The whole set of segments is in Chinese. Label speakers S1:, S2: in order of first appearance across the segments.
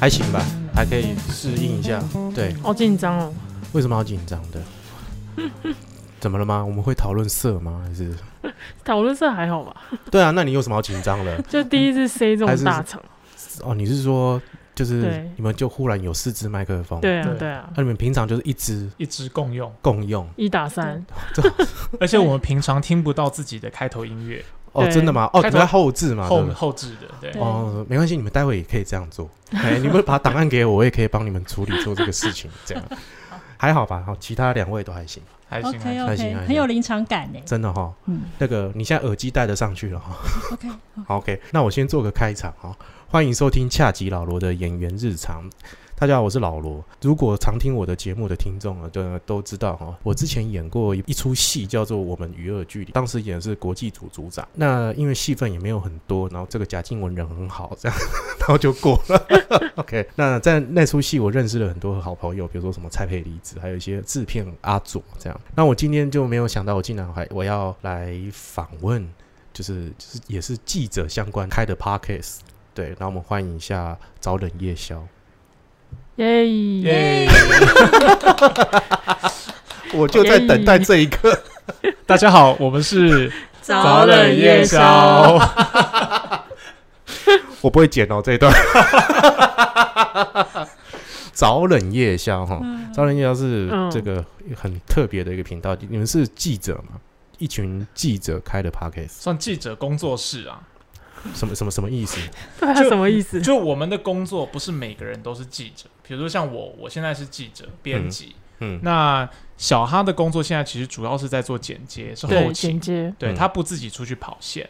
S1: 还行吧，还可以适应一下。对，
S2: 好紧张哦。
S1: 为什么要紧张 的？怎么了吗？我们会讨论色吗？还是？
S2: 讨论社还好吧？
S1: 对啊，那你有什么好紧张的？
S2: 就第一次 C 这
S1: 还
S2: 种
S1: 是
S2: 大场，
S1: 哦，你是说就是
S2: 对
S1: 你们就忽然有四支麦克风？
S2: 对啊
S3: 对
S2: 对啊，
S1: 那、你们平常就是一支
S3: 一直共用，
S1: 共用
S2: 一打三，
S3: 而且我们平常听不到自己的开头音乐，
S1: 哦？
S2: 对
S1: 真的吗？哦，你
S3: 开
S1: 们
S3: 头
S1: 在后置嘛？对
S3: 后
S1: 不对
S3: 后置的，对
S2: 对，
S1: 哦，没关系，你们待会也可以这样 做。哎、你们把档案给我，我也可以帮你们处理做这个事情。这 样还好吧？好，其他两位都还行，
S3: 还行还
S4: OK
S2: 哦
S3: 行。
S1: 还行
S4: OK，
S1: 还行
S4: 很有临场感呢。
S1: 真的哈。
S4: 嗯
S1: 那个你现在耳机戴得上去了哈。
S4: ，OK，
S1: 好，OK，那我先做个开场哈。欢迎收听恰吉老罗的演员日常。大家好，我是老罗。如果常听我的节目的听众啊，都都知道哈、我之前演过一一出戏叫做《我们娱乐剧》，当时演的是国际组组长。那因为戏份也没有很多，然后这个贾静雯人很好，这样 然后就过了。OK，那在那出戏我认识了很多好朋友，比如说什么蔡佩离子，还有一些制片阿佐这样。那我今天就没有想到，我竟然还我要来访问，就是就是也是记者相关开的 Podcast。对，那我们欢迎一下早冷夜宵。
S2: 耶
S3: 耶！
S1: 我就在等待这一刻。
S3: 大家好，我们是
S2: 早冷夜宵，
S1: 我不会剪哦这一 段。早冷夜宵哈，早冷夜宵是
S2: 嗯
S1: 这个很特别的一个频道。你们是记者吗？一群记者开的 podcast，
S3: 算记者工作室啊。
S1: 什么什么什么意思？
S2: 对啊，
S3: 就
S2: 什么意思？
S3: 就我们的工作不是每个人都是记者，比如说像我，我现在是记者、编辑。
S1: 嗯，
S3: 那小哈的工作现在其实主要是在做剪接，是
S2: 对，嗯
S3: 后
S2: 衔
S3: 期，
S2: 接
S3: 对
S1: 嗯
S3: 他不自己出去跑线。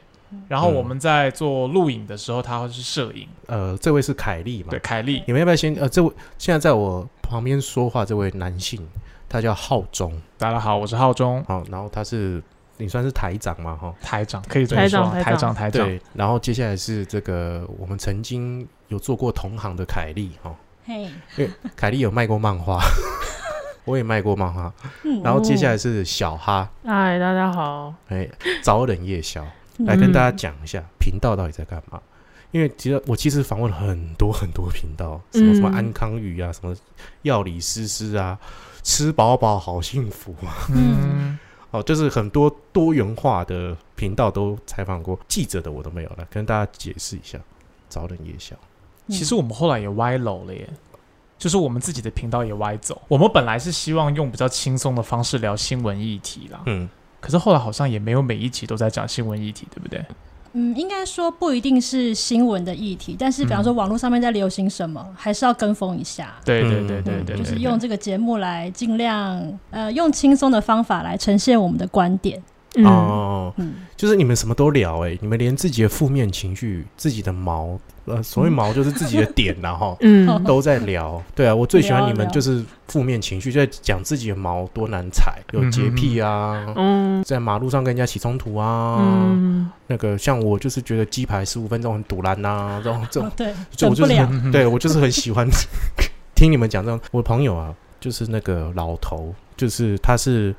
S3: 然后我们在做录影的时候，他会是摄影，
S1: 呃，这位是凯莉嘛
S3: 对？凯莉，
S1: 你们要不要先呃，这位现在在我旁边说话这位男性，他叫浩中，
S3: 大家好，我是浩中
S1: 好，然后他是你算是台长嘛哈？
S3: 台长，可以这
S2: 台
S3: 么说
S2: 长
S3: 啊，
S2: 台
S3: 台
S2: 长
S3: 长，台长，
S1: 对，然后接下来是这个我们曾经有做过同行的凯莉哈，
S4: 嘿，
S1: 凯莉有卖过漫画， 我也卖过漫画。
S4: 嗯
S1: 然后接下来是小哈，
S2: 嗨，大家好，
S1: 哎，早冷夜宵，
S4: 嗯
S1: 来跟大家讲一下频道到底在干嘛。因为其实我其实访问了很多很多频道，什么什么
S2: 嗯
S1: 安康鱼啊，什么药理诗诗啊，吃饱饱好幸福啊，
S3: 嗯，
S1: 哦，就是很多多元化的频道都采访过，记者的我都没有来跟大家解释一下早冷夜宵。
S4: 嗯
S3: 其实我们后来也歪楼了耶，就是我们自己的频道也歪走。我们本来是希望用比较轻松的方式聊新闻议题啦，
S1: 嗯，
S3: 可是后来好像也没有每一集都在讲新闻议题，对不对？
S4: 嗯，应该说不一定是新闻的议题，但是比方说网络上面在流行什么，还是要跟风一下。
S3: 对
S1: 嗯
S3: 对对对
S4: 嗯
S3: 对，
S4: 就是
S3: 对
S4: 用这个节目来尽量呃用轻松的方法来呈现我们的观点。
S2: 嗯，
S1: 哦，
S4: 嗯，
S1: 就是你们什么都聊哎、你们连自己的负面情绪、自己的毛，呃，所谓毛就是自己的点然后
S2: 嗯，
S1: 都在聊。对啊，我最喜欢你
S4: 聊
S1: 们
S4: 聊
S1: 就是负面情绪，就在讲自己的毛多难踩，
S3: 嗯
S1: 有洁癖啊，
S2: 嗯，
S1: 在马路上跟人家起冲突啊，
S2: 嗯，
S1: 那个像我就是觉得鸡排十五分钟很堵烂呐，这种这 种
S4: 哦，对，
S1: 这我
S4: 等不
S1: 就是
S4: 了。
S1: 很嗯对我就是很喜欢 听你们讲这种。我朋友啊，就是那个老头，就是他是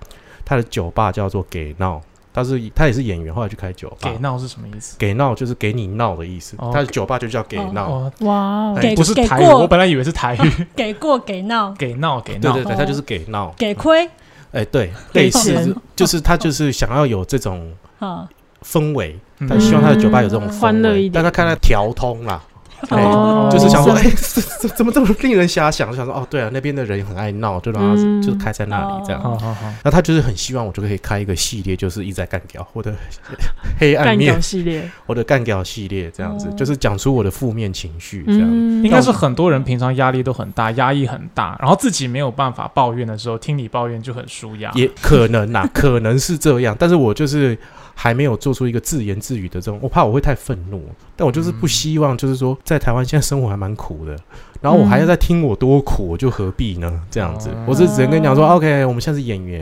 S1: 他的酒吧叫做给闹，他是他也是演员，后来去开酒吧。
S3: 给闹是什么意思？
S1: 给闹就是给你闹的意思，
S3: 哦
S1: 他的酒吧就叫给闹。
S3: 哦，
S2: 哇哦，
S1: 哎
S4: 给
S3: 不是
S4: 给
S3: 台语，
S4: 过
S3: 我本来以为是 台语。
S4: 给过给闹
S3: 给闹给
S1: 对
S3: 闹
S1: 对，对，
S4: 哦
S1: 他就是给闹，
S4: 给亏
S1: 哎，对，
S2: 给
S1: 类似
S2: 钱
S1: 是就是他就是想要有这种
S4: 啊，
S1: 氛围，
S3: 嗯
S1: 他希望他的酒吧有这种
S2: 嗯
S1: 氛
S2: 欢乐一
S1: 围，
S2: 点
S1: 但他看他调通啦，哎
S2: 哦，
S1: 就是想说，
S2: 是
S1: 哎，这这怎么这么令人遐想？就想说，哦，对啊，那边的人很爱闹，就让
S2: 嗯哦
S1: 他就开在那里这样。
S3: 好好
S4: 嗯
S3: 好，
S1: 那他就是很希望我就可以开一个系列，就是一直在干掉我的 黑暗
S2: 干掉嗯
S1: 面，
S2: 系列，
S1: 我的干掉系列这样子，
S4: 哦
S1: 就是讲出我的负面情绪 这样子。
S2: 嗯，
S3: 应该是很多人平常压力都很大，压抑很大，然后自己没有办法抱怨的时候，听你抱怨就很舒压。
S1: 也可能 呐、可能是这样，但是我就是还没有做出一个自言自语的这种，我怕我会太愤怒，但我就是不希望，就是说在台湾现在生活还蛮苦的，然后我还要再听我多苦，我就何必呢？这样子，
S3: 哦
S1: 我是只能跟你讲说、o k 我们现在是演员。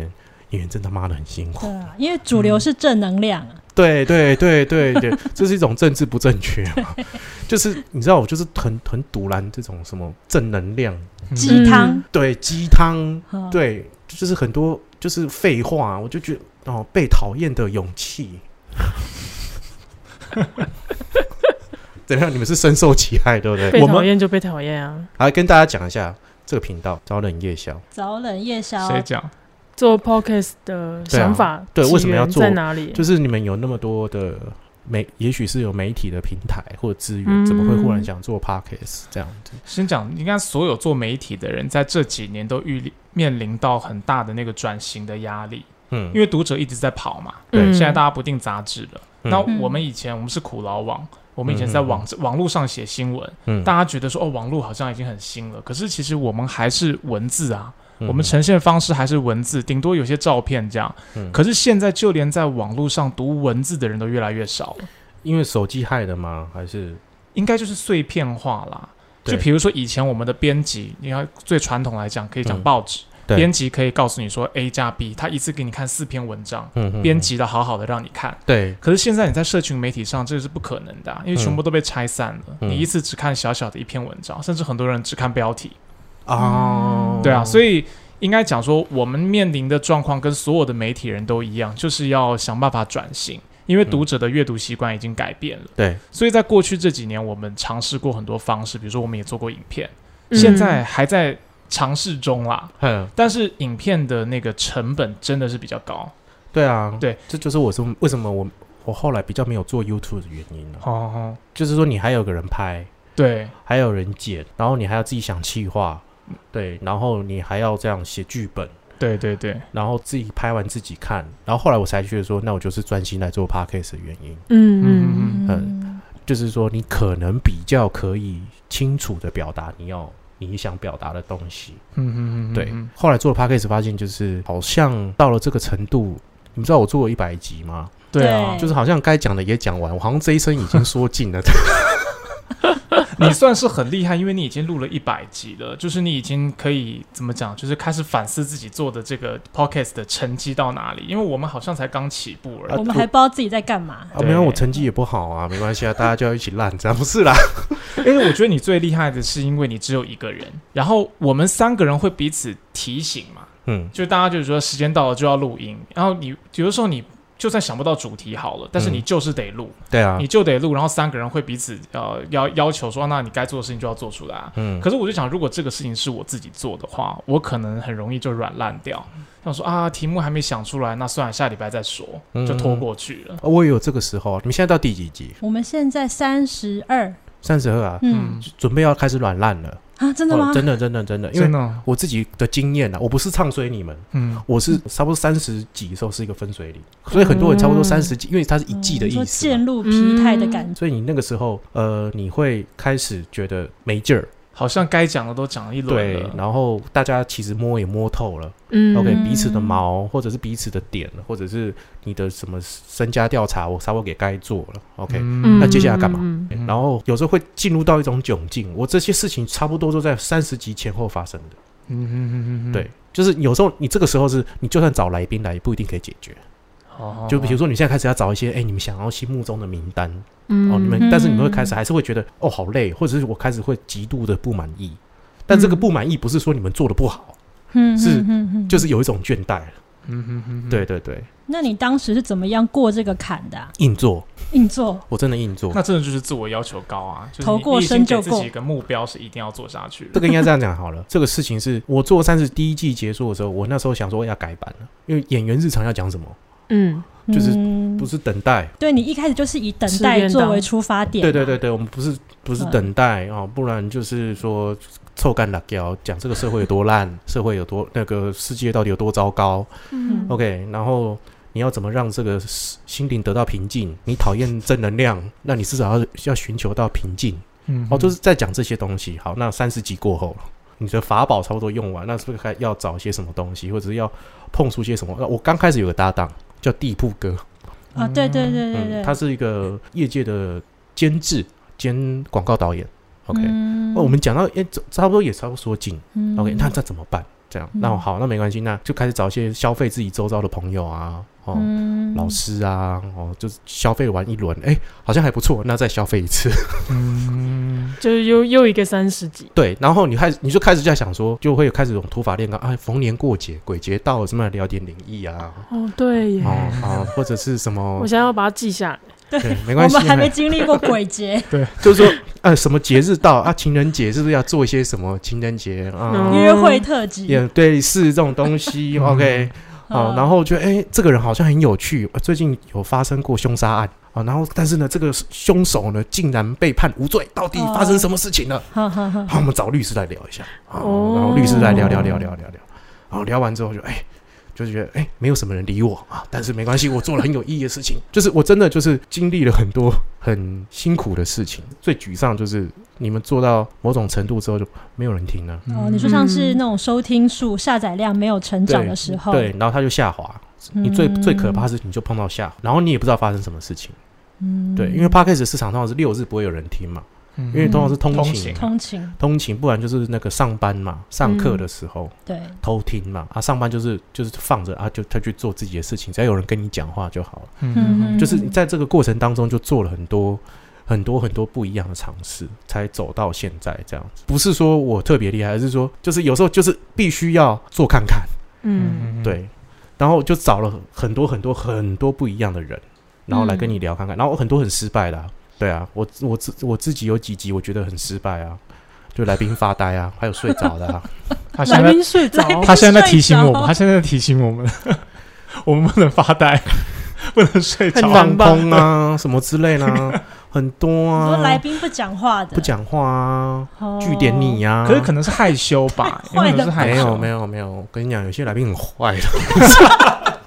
S1: 演员真他妈的很辛苦
S4: 对，啊，因为主流是正能量啊，
S1: 对对对 对对，这是一种政治不正确嘛，就是你知道我就是很很堵拦这种什么正能量，
S3: 嗯
S4: 鸡汤。
S1: 对鸡汤，
S4: 啊，
S1: 对，就是很多就是废话，我就觉得哦，被讨厌的勇气。 怎么样？你们是深受其害，对不对？
S2: 被
S1: 我
S2: 讨
S1: 们
S2: 厌就被讨厌啊！
S1: 来跟大家讲一下这个频道“早冷夜宵
S4: 早冷夜宵，
S3: 谁讲？
S2: 做 podcast 的想法，
S1: 对啊对为什么要
S2: 起
S1: 做
S2: 源在哪”，里？
S1: 就是你们有那么多的媒，也许是有媒体的平台或资源，
S2: 嗯
S1: 怎么会忽然想做 podcast 这样子？
S3: 先讲，应该所有做媒体的人在这几年都遇面临到很大的那个转型的压力，
S1: 嗯，
S3: 因为读者一直在跑嘛，
S1: 对
S2: 嗯
S3: 现在大家不订杂志了。
S1: 嗯
S3: 那我们以前我们是苦劳网，我们以前是在网、网络上写新闻，
S1: 嗯
S3: 大家觉得说哦，网络好像已经很新了，可是其实我们还是文字啊，
S1: 嗯
S3: 我们呈现方式还是文字，顶多有些照片这样。
S1: 嗯
S3: 可是现在就连在网络上读文字的人都越来越少了，
S1: 因为手机害的吗？还是
S3: 应该就是碎片化啦。
S1: 对
S3: 就比如说以前我们的编辑，你看最传统来讲，可以讲
S1: 嗯
S3: 报纸，
S1: 对
S3: 编辑可以告诉你说 A 加 B，他一次给你看四篇文章，
S1: 嗯嗯
S3: 编辑的好好的让你看。
S1: 对
S3: 可是现在你在社群媒体上，这个是不可能的啊、因为全部都被拆散了。
S1: 嗯
S3: 你一次只看小小的一篇文章，甚至很多人只看标题。
S1: 哦，
S3: 嗯对啊，所
S1: 以
S3: 以应该讲说，我们面临的状况跟所有的媒体人都一样，就是要想办法转型。因为读者的阅读习惯已经改变了，
S1: 对
S3: 所以在过去这几年，我们尝试过很多方式，比如说我们也做过影片，
S2: 嗯
S3: 现在还在尝试中啦。
S1: 嗯，
S3: 但是影片的那个成本真的是比较高
S1: 对啊，
S3: 对，
S1: 这就是我是为什么我我后来比较没有做 YouTube 的原因了、
S3: 哦，
S1: 就是说你还有个人拍，
S3: 对，
S1: 还有人剪，然后你还要自己想企划，对，然后你还要这样写剧本，
S3: 对对对，
S1: 然后自己拍完自己看，然后后来我才觉得说，那我就是专心来做 podcast 的原因，
S2: 嗯
S3: 嗯
S2: 嗯
S3: 嗯
S1: 嗯就是说你可能比较可以清楚的表达你要你想表达的东西。
S3: 嗯嗯嗯，
S1: 对，后来做了 podcast 发现，就是好像到了这个程度。你们知道我做了一百集吗？
S3: 对啊，
S4: 哎
S1: 就是好像该讲的也讲完，我好像这一生已经说尽 了。
S3: 你算是很厉害，因为你已经录了一百集了，就是你已经可以怎么讲，就是开始反思自己做的这个 podcast 的成绩到哪里。因为我们好像才刚起步
S1: 呃
S3: 而已。
S4: 我们还不知道自己在干嘛。
S1: 啊，没有，我成绩也不好啊，没关系啊，大家就要一起烂，这样不是啦。
S3: 因为我觉得你最厉害的是，因为你只有一个人，然后我们三个人会彼此提醒嘛，
S1: 嗯，
S3: 就大家就是说时间到了就要录音，然后你有的时候你。就算想不到主题好了，但是你就是得录，
S1: 对啊
S4: 嗯
S3: 你，就得录，然后三个人会彼此呃要要求说，那你该做的事情就要做出来啊。
S1: 嗯，
S3: 可是我就想，如果这个事情是我自己做的话，我可能很容易就软烂掉，
S4: 嗯
S3: 想说啊，题目还没想出来，那算了，下礼拜再说，
S1: 嗯
S3: 就拖过去了。
S1: 啊我也有这个时候啊。你们现在到第几集？
S4: 我们现在三十二，
S1: 三十二啊，
S4: 嗯
S1: 准备要开始软烂了。
S4: 啊，真的吗
S1: 哦？真的，真的，真的，哦因
S3: 真
S1: 为
S3: 的，
S1: 我自己的经验啊，我不是唱衰你们，
S3: 嗯，
S1: 我是差不多三十几的时候是一个分水岭，所以很多人差不多三十几，因为它是一季的
S4: 哦嗯你说
S1: 意思嘛。
S4: 渐入疲态的感觉。
S1: 所以你那个时候，呃，你会开始觉得没劲儿，
S3: 好像该讲的都讲了一轮
S1: 对，
S3: 了。
S1: 然后大家其实摸也摸透了、
S2: 嗯
S1: o k
S4: 嗯
S1: 彼此的毛，或者是彼此的点，或者是你的什么身家调查，我稍微给该做了，OK，、
S3: 嗯
S1: 那接下来干嘛
S2: 嗯
S1: 对然后有时候会进入到一种窘境，我这些事情差不多都在三十集前后发生的。
S3: 嗯嗯嗯嗯，
S1: 对，就是有时候你这个时候是你就算找来宾来，也不一定可以解决。
S3: 哦，
S1: 就比如
S3: 说
S1: 说你现在开始要找一些，哎、你们想要心目中的名单
S2: 嗯
S1: 哦，你们
S4: 嗯，
S1: 但是你们会开始还是会觉得，哦，好累，或者是我开始会极度的不满意。但这个
S2: 嗯
S1: 不满意不是说你们做的不好，
S4: 嗯
S1: 是
S4: 嗯
S1: 就是有一种倦怠。
S3: 嗯嗯嗯，
S1: 对，对对，
S4: 那你当时是怎么样过这个坎的啊？
S1: 硬做，
S4: 硬做，
S1: 我真的硬做。
S3: 那真的就是自我要求高啊，就是
S4: 头
S3: 你
S4: 过
S3: 你已
S4: 身
S3: 经给
S4: 就
S3: 自
S4: 过
S3: 己一个目标是一定要做下去的。
S1: 这个应该这样讲好了。这个事情是我做三十第一季结束的时候，我那时候想说要改版了，因为演员日常要讲什么，
S2: 嗯
S1: 就是
S4: 嗯
S1: 不是等待，
S4: 对你一开始就是以等
S2: 吃
S4: 待
S2: 便当
S4: 作为出发点，
S1: 对对对，对，我们不是不是
S4: 嗯
S1: 等待哦，不然就是说臭干辣椒，讲这个社会有多烂，社会有多那个世界到底有多糟糕。
S2: 嗯
S1: OK，然后你要怎么让这个心心灵得到平静？你讨厌正能量，那你至少要要寻求到平静。
S3: 嗯
S1: 哦，就是在讲这些东西。好，那三十集过后了。你的法宝差不多用完，那是不是该要找些什么东西，或者是要碰触些什么？那我刚开始有个搭档叫地铺哥，嗯
S4: 啊，对对对对对，
S1: 他是一个业界的监制兼广告导演。OK，、
S4: 嗯
S1: 哦，我们讲到诶，这差不多也差不多说尽。
S4: 嗯
S1: OK，那这怎么办？这样，那
S4: 嗯
S1: 好，那没关系，那就开始找一些消费自己周遭的朋友啊，哦，
S4: 嗯
S1: 老师啊，哦，就是消费完一轮，诶，好像还不错，那再消费一次。
S3: 嗯，
S2: 就是又又一个三十集，
S1: 对，然后你开始你就开始在想说，就会有开始这种土法炼钢，哎，逢年过节、鬼节到了，什么聊点灵异啊，
S2: 哦对耶，
S1: 哦哦，或者是什么
S2: 我现在要把它记下来，
S1: 对，没
S4: 我
S1: 关系
S4: 们，还没
S1: 哎
S4: 经历过鬼 节，
S1: 就是说，呃，什么节日到啊？情人节是不是要做一些什么情人节啊
S2: 嗯？
S4: 约会特辑。
S1: 也对，是这种东西。
S3: 嗯
S1: OK，哦
S4: 嗯，
S1: 然后觉得哎、这个人好像很有趣，呃最近有发生过凶杀案啊，然后但是呢，这个凶手呢竟然被判无罪，到底发生什么事情了？
S4: 哦哈哈哈，
S1: 好，我们找律师来聊一下，啊，
S2: 哦
S1: 然后律师来聊聊聊聊聊聊，然后聊完之后就哎。就是觉得哎、没有什么人理我啊，但是没关系，我做了很有意义的事情。 就是我真的就是经历了很多很辛苦的事情，最沮丧就是你们做到某种程度之后就没有人听了，
S3: 嗯
S4: 哦，你说像是那种收听数、下载量没有成长的时候，
S1: 嗯对，然后它就下滑。你最、最可怕的是你就碰到下滑，然后你也不知道发生什么事情。
S4: 嗯，
S1: 对，因为 podcast 市场上是六日不会有人听嘛，
S3: 因
S1: 因为通常是通
S3: 嗯通
S1: 勤，
S3: 勤
S4: 通勤，
S1: 通勤，不然就是那个上班嘛，上
S4: 嗯
S1: 课的时候、
S4: 对，
S1: 偷听嘛，啊，上班就是就是放着啊，就他去做自己的事情，只要有人跟你讲话就好了。
S4: 嗯
S1: 就是你在这个过程当中就做了很多。很多很多不一样的尝试，才走到现在这样子。不是说我特别厉害，而是说就是有时候就是必须要做看看，
S2: 嗯，
S1: 对，然后就找了很多很多很多不一样的人，然后来跟你聊看看，然后很多很失败的啊、对啊，我我自我自己有几集我觉得很失败啊，就来宾发呆啊，还有睡着的、啊，
S3: 他现
S2: 来
S3: 在
S2: 宾睡着，
S3: 他现在在提醒我们，
S4: 睡着
S3: 他现在在提醒我们，我们不能发呆， 不能睡着
S2: 很。
S1: 放
S2: 难吧
S1: 空啊，什么之类啦、很多
S4: 很多来
S1: 啊，
S4: 宾不讲话的，
S1: 不讲话啊，
S4: 哦
S1: 据点你呀、啊，
S3: 可是可能是害羞 吧，
S4: 太
S3: 因
S4: 坏
S3: 为可
S4: 了
S3: 能是害羞。
S1: 没有没有没有，我跟你讲，有些来宾很坏的，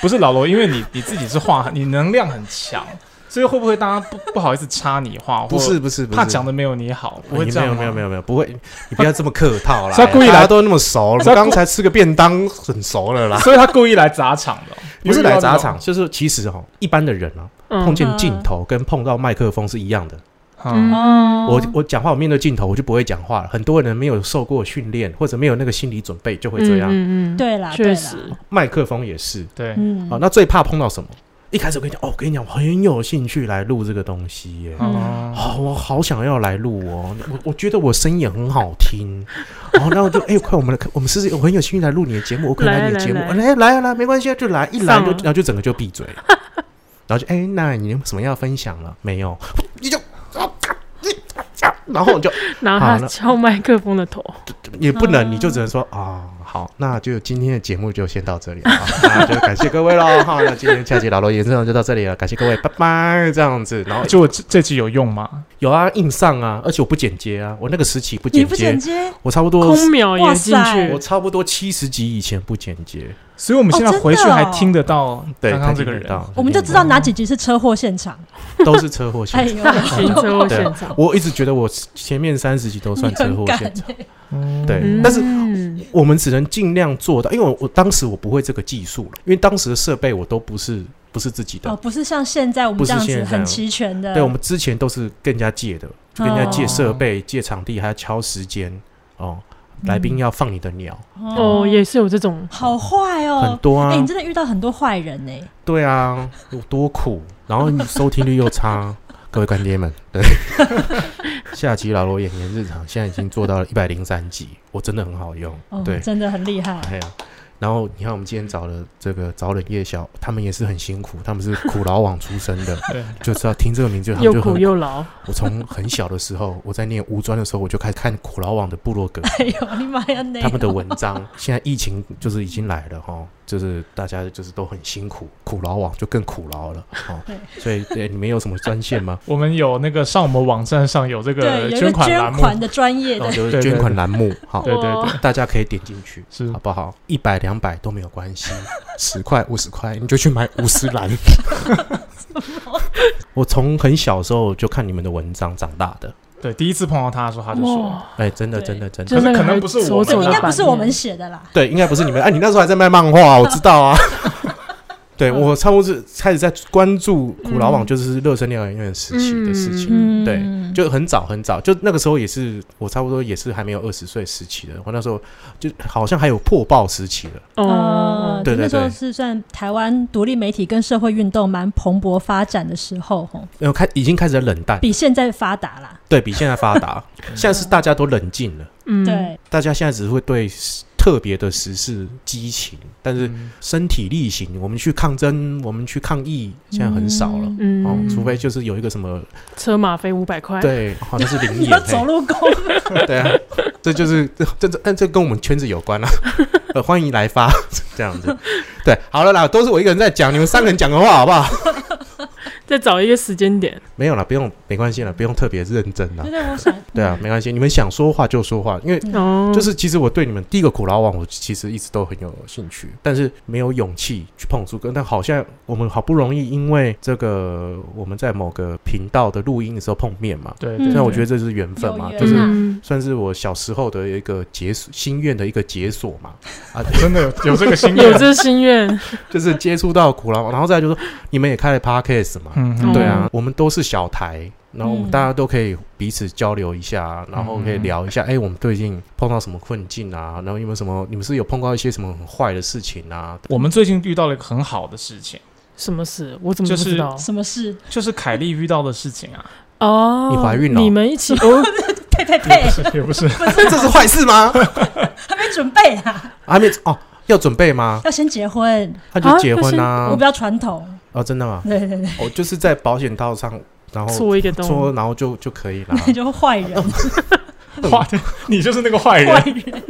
S3: 不是老罗，因为你你自己是话，你能量很强，所以会不会大家不不好意思插你话？或
S1: 不是不是不是，
S3: 怕讲的没有你好，不
S1: 哎
S3: 会
S1: 你
S3: 这
S1: 没
S3: 样
S1: 有
S3: 吗
S1: 没有没有没有，不会，你不要这么客套啦。
S3: 是他故意来
S1: 大家都那么熟了，
S3: 是他故
S1: 刚才吃个便当很熟了啦。
S3: 所以他故意来砸场的哦，
S1: 不是来砸场，就是其实哈，一般的人啊，碰
S2: 嗯
S1: 见镜头跟碰到麦克风是一样的。
S3: 嗯，
S4: 哦，
S1: 我我讲话，我面对镜头我就不会讲话了。很多人没有受过训练，或者没有那个心理准备，就会这样。
S2: 嗯嗯嗯，
S4: 对啦，对
S2: 确
S4: 啦，
S2: 实，
S1: 麦克风也是。
S3: 对，
S4: 嗯，
S1: 好、那最怕碰到什么？一开始我跟你讲，哦，我跟你讲，我很有兴趣来录这个东西耶。
S3: 哦
S1: 哦，我好想要来录哦，我我觉得我声音也很好听，然后然后就 哎、快我们来，我们试试，我很有兴趣来录你的节目，我可能来你的节目，
S2: 来
S1: 来来啊来，没关系啊，就来，一来
S2: 上
S1: 就
S2: 了
S1: 然后就整个就闭嘴， 然后就哎、那你有什么要分享了？没有，你就。然后我就
S2: 然后
S1: 好
S2: 他
S1: 那
S2: 敲麦克风的头，
S1: 也不能，
S4: 嗯
S1: 你就只能说啊、好，那就今天的节目就先到这里了，啊那就感谢各位喽， 哈，那今天下期老罗演唱就到这里了，感谢各位，拜拜，这样子，然后
S3: 就我这这集有用吗？
S1: 有啊，硬上啊，而且我不剪接啊，我那个时期不
S4: 你
S1: 剪
S4: 不
S1: 接
S4: 剪，接，
S1: 我差不多，
S2: 空秒也进
S4: 哇塞
S1: 我
S2: 去，
S1: 差不多七十集以前不剪接，
S3: 所以我们现在
S4: 哦真的
S3: 回去还
S4: 哦
S3: 听得到
S1: 对，
S3: 刚
S1: 他
S3: 刚这
S1: 听
S3: 个
S1: 得
S3: 人，
S1: 到
S4: 我们就知道哪几集是车祸现场。
S1: 都是车祸
S4: 哎
S1: 现场。
S4: 呦，
S2: 行车 祸现场，
S1: 我一直觉得我前面三十集都算车祸现场，
S4: 场，
S3: 嗯
S1: 对，
S2: 嗯
S1: 但是我们只能尽量做到，因为我我当时我不会这个技术了，因为当时的设备我都不是不是自己
S4: 哦，
S1: 的，
S4: 不是像现在我们这样
S1: 不是
S4: 子
S1: 现在
S4: 很齐全的，
S1: 对我们之前都是跟人家借的，就跟人家借
S3: 哦
S1: 设备、借场地，还要敲时间哦，来
S4: 嗯
S1: 宾要放你的鸟，
S2: 哦，也是有这种，
S4: 好坏
S1: 很
S4: 哦。
S1: 多啊
S4: 哎，，你真的遇到很多坏人呢，
S1: 对啊，有多苦，然后你收听率又差，各位干爹们，对，下集老罗演员日常现在已经做到了一百零三集，我真的很好用，
S4: 哦
S1: 对，
S4: 真的很厉害。
S1: 哎呀、然后你看我们今天找了这个早冷夜宵，他们也是很辛苦，他们是苦劳网出身的，
S3: 对，？
S1: 就知道听这个名字他们
S2: 又
S1: 就
S2: 苦
S1: 很。
S2: 又劳，
S1: 我从很小的时候，我在念五专的时候，我就开始看苦劳网的部落格，
S4: 哎呦，你妈呀，那
S1: 他们的文章。 现在疫情就是已经来了哈，就是大家就是都很辛苦，苦劳网就更苦劳了哦
S4: 对。
S1: 所以对你们有什么专线吗
S3: 我们有那个上我们网站上有这
S4: 对有一个
S3: 捐款栏
S4: 捐
S3: 目，
S4: 款的专业
S1: 然
S4: 的哦
S1: 后，就
S3: 对
S1: 是
S3: 对
S1: 哦捐款栏目，好，
S3: 对对对，
S1: 大家可以点进去，
S3: 是
S1: 好不好？一百两百都没有关 系，十块五十块你就去买五十兰。 我从很小时候就看你们的文章长大的，
S3: 对，第一次碰到他的时候，他就说，
S2: 哇，
S1: 哎，真的
S4: 对
S1: 真的真
S2: 真
S1: 的，
S2: 的
S3: 可能不是我们
S4: 这
S1: 哦
S3: 走
S4: 应
S3: 了
S4: 该不是我们写的啦。
S1: 对，应该不是你们，哎，你那时候还在卖漫画，我知道 啊。对我差不多是开始在关注古老网，
S2: 嗯
S1: 就是热身疗养院时期的事情。
S2: 嗯
S1: 对，就很早很早，就那个时候也是我差不多也是还没有二十岁时期的，我那时候就好像还有破报时期了，
S4: 呃
S2: 哦，，
S1: 对对
S4: 那时候
S1: 对
S4: 是算台湾独立媒体跟社会运动蛮蓬勃发展的时候，吼，
S1: 然后呃开已经开始冷淡，
S4: 比现在发达啦。
S1: 对比现在发达，现在是大家都冷静了，
S2: 嗯，
S4: 对，
S1: 大家现在只会对特别的时事激情，但是
S3: 嗯
S1: 身体力行，我们去抗争，我们去抗议，现在很少了。
S2: 嗯，
S1: 哦，除非就是有一个什么
S2: 车马费五百
S4: 哎
S2: 块，
S1: 对，好、像是灵
S4: 你
S1: 眼
S4: 要
S1: 嘿
S4: 走路工，
S1: 对啊，这就是这这这，但这跟我们圈子有 关啊。呃，欢迎来发 这样子。对，好了啦，都是我一个人在讲，你们三个人讲的话好不好？
S2: 再找一个时间点，
S1: 没有啦，不用，没关系啦，不用特别认真啦
S4: 对。对，我想
S1: 对啊，没关系，你们想说话就说话，因为
S4: 嗯
S2: 哦，
S1: 就是其实我对你们第一个苦劳网，我其实一直都很有兴趣，但是没有勇气去碰触跟。但好像我们好不容易因为这个我们在某个频道的录音的时候碰面嘛，
S3: 对，
S4: 嗯
S1: 那我觉得这是缘分嘛，
S4: 有缘啊
S1: 就是
S2: 嗯
S1: 算是我小时候的一个解锁心愿的一个解锁嘛， 啊，
S3: 真的 有有这个心愿
S2: 有，这心愿，
S1: 就是接触到苦劳，然后再来就是说你们也开了 podcast 嘛，
S3: 嗯
S2: 嗯
S1: 对啊，我们都是小台，然后我们
S4: 嗯
S1: 大家都可以彼此交流一下，然后可以聊一下，哎、我们最近碰到什么困境啊，然后有没有什么，你们是有碰到一些什么很坏的事情啊？
S3: 我们最近遇到了一个很好的事情，
S2: 什么事？我怎么不
S3: 就是
S2: 知道？
S4: 什么事？
S3: 就是凯莉遇到的事情啊，
S2: 哦，
S1: 你怀孕了
S2: 你们一 起哦，
S4: 呸呸呸，
S3: 是也不 是，
S1: 这是坏事吗？
S4: 还没准备啊，
S1: 还没哦，要准备吗？
S4: 要先结婚，
S1: 他就
S2: 啊
S1: 结婚
S4: 我
S1: 啊
S4: 比？较传统，
S1: 哦，真的吗？
S4: 对对对，
S1: 我、哦就是在保险套上，然后
S2: 戳一个 洞，
S1: 搓，然后就就可 以啦。
S4: 那就坏人，
S3: 坏，你就是那个坏
S4: 坏
S3: 人，
S4: 人。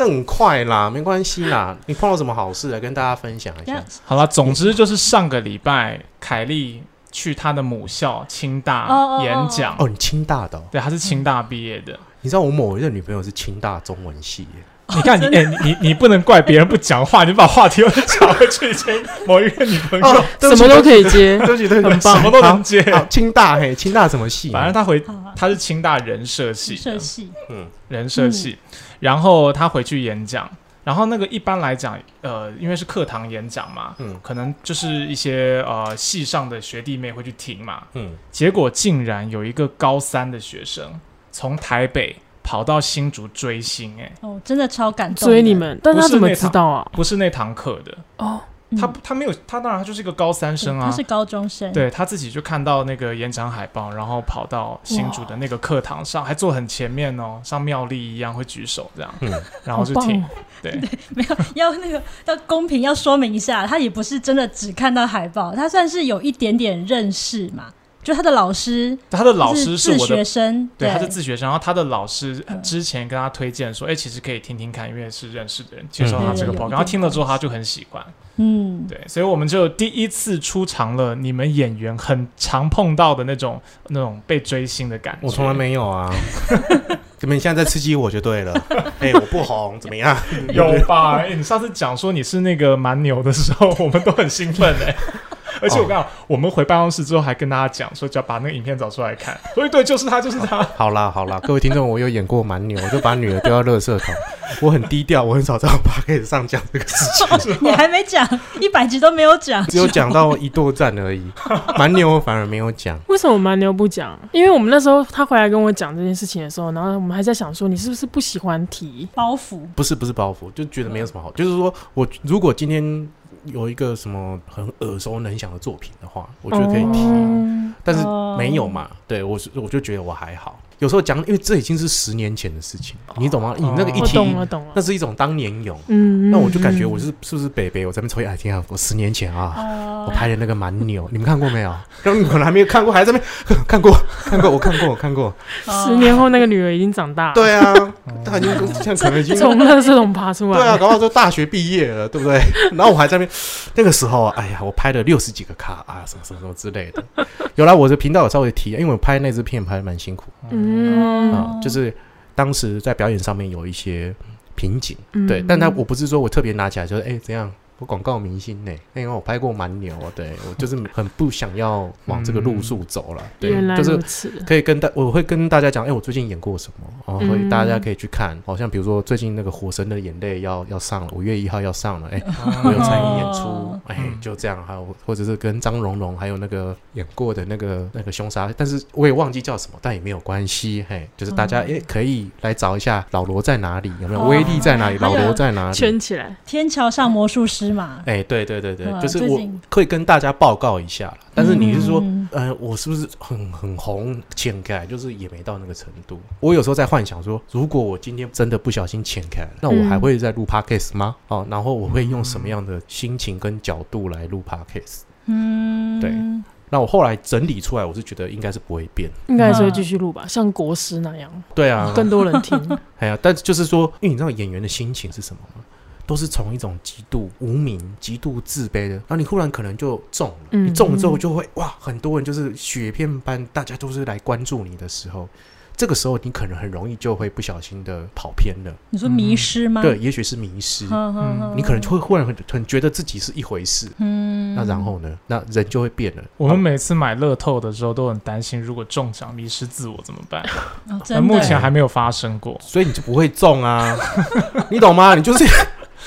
S1: 那很快啦，没关系啦。你碰到什么好事来跟大家分享一
S4: 等
S1: 下
S4: 下？
S3: 好了，总之就是上个礼拜凯莉去她的母校清
S4: 哦哦
S3: 大
S4: 哦
S3: 演讲，
S1: 哦，你清大的、哦，
S3: 对，她是清大毕业的。
S1: 你知道我某一任女朋友是清大中文系耶，
S4: 哦
S3: 你看你，哎、你你你不能怪别人不讲话，你把话题又讲回去以前某一个女朋友，
S1: 哦，对不
S2: 什
S1: 起
S2: 么都可以接
S1: 对，不起，对不起，
S2: 很
S3: 什
S2: 棒
S3: 么都能接。
S1: 好，清大嘿，清大什么系？
S3: 反正她回，
S4: 好，
S3: 她是清大人社系
S1: 啊
S3: 的，
S4: 社系，嗯
S3: 人社系，然后她回去演讲，然后那个一般来讲，呃，因为是课堂演讲嘛，
S1: 嗯
S3: 可能就是一些呃系上的学弟妹会去听嘛，
S1: 嗯，
S3: 结果竟然有一个高三的学生从台北跑到新竹追星、哎，
S4: 哦，真的超感动的。
S2: 追你们，但是他怎么知道啊？
S3: 不是那堂课的，
S2: 哦，
S4: 嗯，
S3: 他他没有，他当然他就是一个高三生啊
S4: 他，是高中生，，
S3: 对他自己就看到那个演讲海报，然后跑到新竹的那个课堂上，还坐很前面哦，像妙丽一样会举手这样，
S1: 嗯
S3: 然后就
S2: 好棒
S3: 听，
S2: 哦
S3: 对，
S4: 没有 要那个要公平，要说明一下，他也不是真的只看到海报，他算是有一点点认识嘛，就他的老师，
S3: 他的老师
S4: 是
S3: 是
S4: 自
S3: 我的
S4: 学生，
S3: 对，他是自学生，然后他的老师呃
S4: 嗯
S3: 之前跟他推荐说，哎、其实可以听听看，因为是认识的人介绍
S1: 嗯
S3: 他这个
S4: 对对
S3: p
S4: 有
S3: o
S4: 一
S3: 然后
S4: 点
S3: 听了之后他就很喜欢，
S4: 嗯，
S3: 对，所以我们就第一次出场了你们演员很常碰到的那种那种被追星的感觉。
S1: 我从来没有啊。你们现在在刺激我就对 了。哎，我不红怎么样？
S3: 有吧？哎、你上次讲说你是那个蛮牛的时候， 我们都很兴奋哎、
S1: 哦
S3: 而且我跟你讲，我们回办公室之后还跟大家讲说，就要把那个影片找出来看。所以对，就是他，就是他。
S1: 好啦好啦，各位听众，我有演过蛮牛，我就把女儿丢到垃圾桶。我很低调，我很少在我 p o d 上讲这个事情，
S4: 你还没讲，一百集都没有讲，
S1: 只有讲到一度站而已。蛮牛我反而没有讲。
S2: 为什么蛮牛不讲？因为我们那时候他回来跟我讲这件事情的时候，然后我们还在想说你是不是不喜欢提？
S4: 包袱，
S1: 不是不是包袱，就觉得没有什
S2: 嗯
S1: 么好。就是说我如果今天有一个什么很耳熟能详的作品的话，我觉得可以提。
S2: 哦
S1: 但是
S4: 哦
S1: 没有嘛，对我是我就觉得我还好。有时候讲，因为这已经是十年前的事情，你懂吗？你那个一
S2: 哦我
S1: 提，
S2: 懂了，懂了
S1: 那。是一种当年勇。
S2: 嗯，嗯
S1: 那我就感觉我
S2: 嗯
S1: 是是不是北北？我在那边抽烟，哎，天啊，我十年前啊，我
S4: 哦，
S1: 拍的那个蛮 牛，你们看过没有？然后你们还没有看过，还在那边 看过，看过，我看过，我看过。
S2: 十年后那个女儿已经长大，，
S1: 对啊， 他已经现在可能已经
S2: 从垃圾桶爬出来，
S1: 对啊，搞到都大学毕业了，对不 对？然后我还在那边，那个时候啊，哎呀，我拍了六十几个卡啊，什么什么什么之类的。有啦，我的频道有稍微提，因为我拍那支片拍的蛮辛苦
S2: 嗯，
S1: 啊、
S4: 哦
S1: 就是当时在表演上面有一些瓶颈，
S2: 嗯
S1: 对。但他我不是说我特别拿起来就是，哎，怎样？我广告明星呢、那因为我拍过蛮牛，对我就是很不想要往这个路数走了，
S2: 嗯原来
S1: 对，就是
S2: 如此，
S1: 可以跟大我会跟大家讲，哎、我最近演过什么，哦，所以
S2: 嗯
S1: 大家可以去看。好、像比如说最近那个《火神的眼泪》要要上了，五月一号要上了，哎、我有参与演出
S4: 哦，
S1: 哎、
S3: 嗯
S1: 就这样。还有或者是跟张荣荣还有那个演过的那个那个凶杀，但是我也忘记叫什么，但也没有关系，嘿，就是大家哎、可以来找一下老罗在哪里，有没有
S4: 嗯哦
S1: 威力在哪里，
S4: 还
S1: 老
S4: 有
S1: 罗在哪里。
S2: 圈起来，
S4: 天桥上魔术师，师嘛，
S1: 哎，对对对对
S4: 是，吧
S1: 就是
S4: 嗯最
S1: 我
S4: 近
S1: 可以跟大家报告一下啦但是你是说，
S4: 嗯
S1: 呃，我是不是很很红浅开？就是也没到那个程度。我有时候在幻想说，如果我今天真的不小心浅开了，那我
S4: 嗯
S1: 还会再录 podcast 吗？哦，然后我会用什么样的心情跟角度来录 podcast？
S4: 嗯，
S1: 对那我后来整理出来，我是觉得应该是不会变。
S2: 应该还是会继续录吧，像国师那样，
S1: 对啊，
S2: 更多人 听。
S1: 哎呀，但就是说，因为你知道演员的心情是什么吗？都是从一种极度无名、极度自卑的，然后你忽然可能就中了，
S2: 嗯
S1: 你中了之后就会哇，很多人就是雪片般，大家都是来关注你的时候，这个时候你可能很容易就会不小心的跑偏了，
S4: 你说迷失吗？
S1: 对，，也许是迷失，
S4: 嗯
S1: 你可能就会忽然很很觉得自己是一回事，
S4: 嗯，
S1: 那然后呢，那人就会变了。啊
S3: 我们每次买乐透的时候都很担心，如果中奖迷失自我怎么办？
S4: 哦
S3: 那
S4: 真
S3: 目
S4: 的
S3: 前还没有发生过。
S1: 所以你就不会中 啊，你懂吗？你就是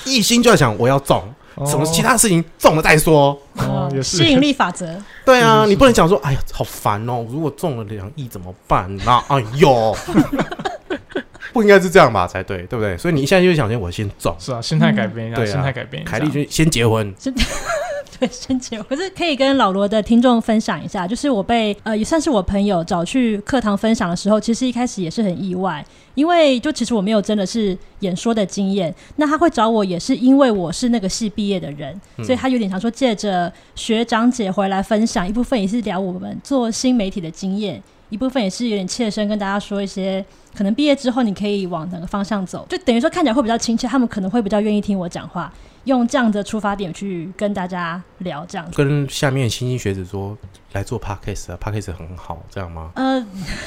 S1: 一心就要想我要中，哦什么其他事情中了再说。
S3: 哦也是
S4: 吸引力法则，
S1: 对啊，
S3: 是是
S1: 你不能讲说，哎呀，好烦哦！如果中了两亿怎么办呢、啊？哎呦，不应该是这样吧才对，对不对？所以你一下就想先我先中，
S3: 是啊，心态改变一下，
S1: 对啊
S3: 心态改变一下。
S1: 凯莉就先结婚，
S4: 对，申请。可是可以跟老罗的听众分享一下，就是我被呃也算是我朋友找去课堂分享的时候，其实一开始也是很意外，因为就其实我没有真的是演说的经验。那他会找我也是因为我是那个系毕业的人，
S1: 嗯
S4: 所以他有点想说借着学长姐回来分享，一部分也是聊我们做新媒体的经验。一部分也是有点切身跟大家说一些，可能毕业之后你可以往哪个方向走，就等于说看起来会比较亲切，他们可能会比较愿意听我讲话。用这样的出发点去跟大家聊这样子。
S1: 跟下面新兴学子说来做 podcast 啊，podcast 很好，这样吗？
S4: 呃，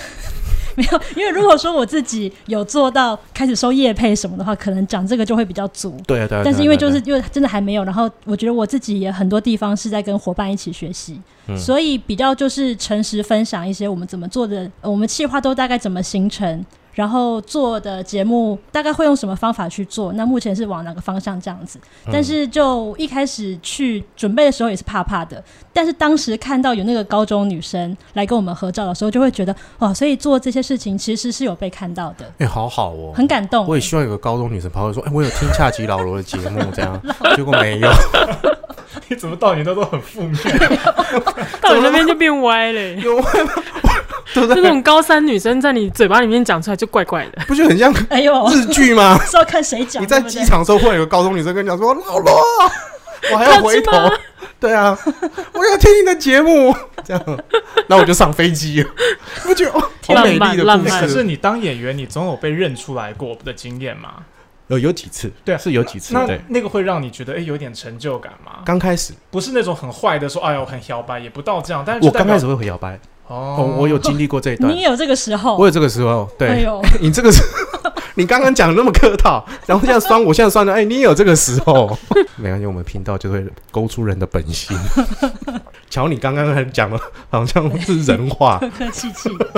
S4: 没有，因为如果说我自己有做到开始收业配什么的话，可能讲这个就会比较足。
S1: 对啊，对啊。
S4: 但是因为就是
S1: 对啊
S4: 因为真的还没有，然后我觉得我自己也很多地方是在跟伙伴一起学习，
S1: 嗯
S4: 所以比较就是诚实分享一些我们怎么做的，呃我们计划都大概怎么形成，然后做的节目大概会用什么方法去做，那目前是往哪个方向这样子。
S1: 嗯
S4: 但是就一开始去准备的时候也是怕怕的，但是当时看到有那个高中女生来跟我们合照的时候，就会觉得哇，所以做这些事情其实是有被看到的，
S1: 哎、好好哦，
S4: 很感动。
S1: 我也希望有个高中女生跑过来说，哎、我有听恰吉老罗的节目，这 样，结果没有。
S3: 你怎么到你那都很负面？
S2: 到你那边就变歪嘞、
S1: 有
S2: 歪吗？就那种高三女生在你嘴巴里面讲出来就怪怪的，
S1: 不就很像
S4: 哎呦，
S1: 日剧吗？
S4: 是要看谁讲？
S1: 你在
S4: 对不对
S1: 机场的时候，忽然有个高中女生跟你讲说：“老罗， 我还要回头
S2: 这样子。”
S1: 对啊，我要听你的节目，这样，那我就上飞机了。你不觉得哦 好美丽的
S2: 浪
S1: 故
S2: 漫浪漫
S3: 可
S1: 事？
S3: 是你当演员，你总有被认出来过的经验嘛？
S1: 有有几次，
S3: 对啊
S1: 是有几次，
S3: 那
S1: 对。
S3: 那个会让你觉得哎、有点成就感吗？
S1: 刚开始，
S3: 不是那种很坏的说，哎呦很摇摆，也不到这样。但是就
S1: 我
S3: 代表
S1: 刚开始会很摇摆，
S3: 哦
S1: 哦，我有经历过这一段
S4: 你，也有这个时候，
S1: 我有这个时候，
S4: 哎
S1: 对
S4: 呦，
S1: 你这个时候， 你刚刚讲那么客套，然后现在酸，我现在酸了，哎，你也有这个时候， 没关系，我们频道就会勾出人的本性。 瞧，你刚刚还讲的好像是人话，
S4: 客客气 气的。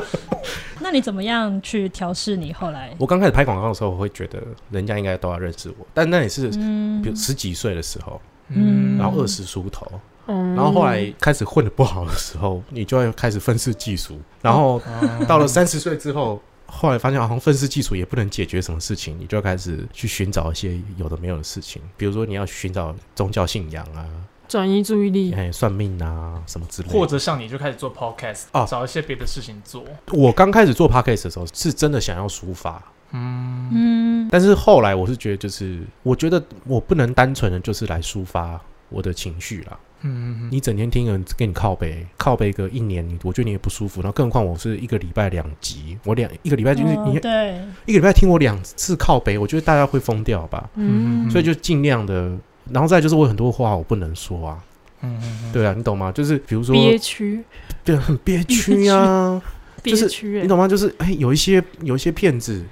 S4: 那你怎么样去调试你后来？
S1: 我刚开始拍广告的时候，我会觉得人家应该都要认识我，但那也是
S4: 嗯
S1: 比如十几岁的时候，
S4: 嗯
S1: 然后二十出头，
S2: 嗯，
S1: 然后后来开始混的不好的时候，你就会开始愤世嫉俗，然
S4: 嗯
S1: 后
S3: 哦
S1: 到了三十岁之后。后来发现好像愤世嫉俗也不能解决什么事情，你就开始去寻找一些有的没有的事情，比如说你要寻找宗教信仰啊，
S2: 转移注意
S4: 嗯
S2: 力，
S1: 哎，算命啊什么之类的。
S3: 嗯或者像你就开始做 podcast，、
S1: 哦
S3: 找一些别的事情做。
S1: 我刚开始做 podcast 的时候，是真的想要抒发，
S3: 嗯，
S4: 嗯
S1: 但是后来我是觉得，就是我觉得我不能单纯的就是来抒发我的情绪啦。
S3: 嗯，
S1: 你整天听人跟你靠背，靠背个一年，你我觉得你也不舒服。然后更何况我是一个礼拜两集，我两一个礼拜就是
S4: 哦
S3: 嗯
S1: 你、
S4: 对，
S1: 一个礼拜听我两次靠背，我觉得大家会疯掉吧。
S2: 嗯，
S1: 所以就尽量的，然后再就是我有很多话我不能说啊，
S3: 嗯嗯，
S1: 对啊，你懂吗？就是比如说
S2: 憋屈，
S1: 对很憋 屈啊，
S2: 憋
S1: 就是
S2: 屈、
S1: 你
S2: 欸，
S1: 懂吗？就是哎、有一些有一些片子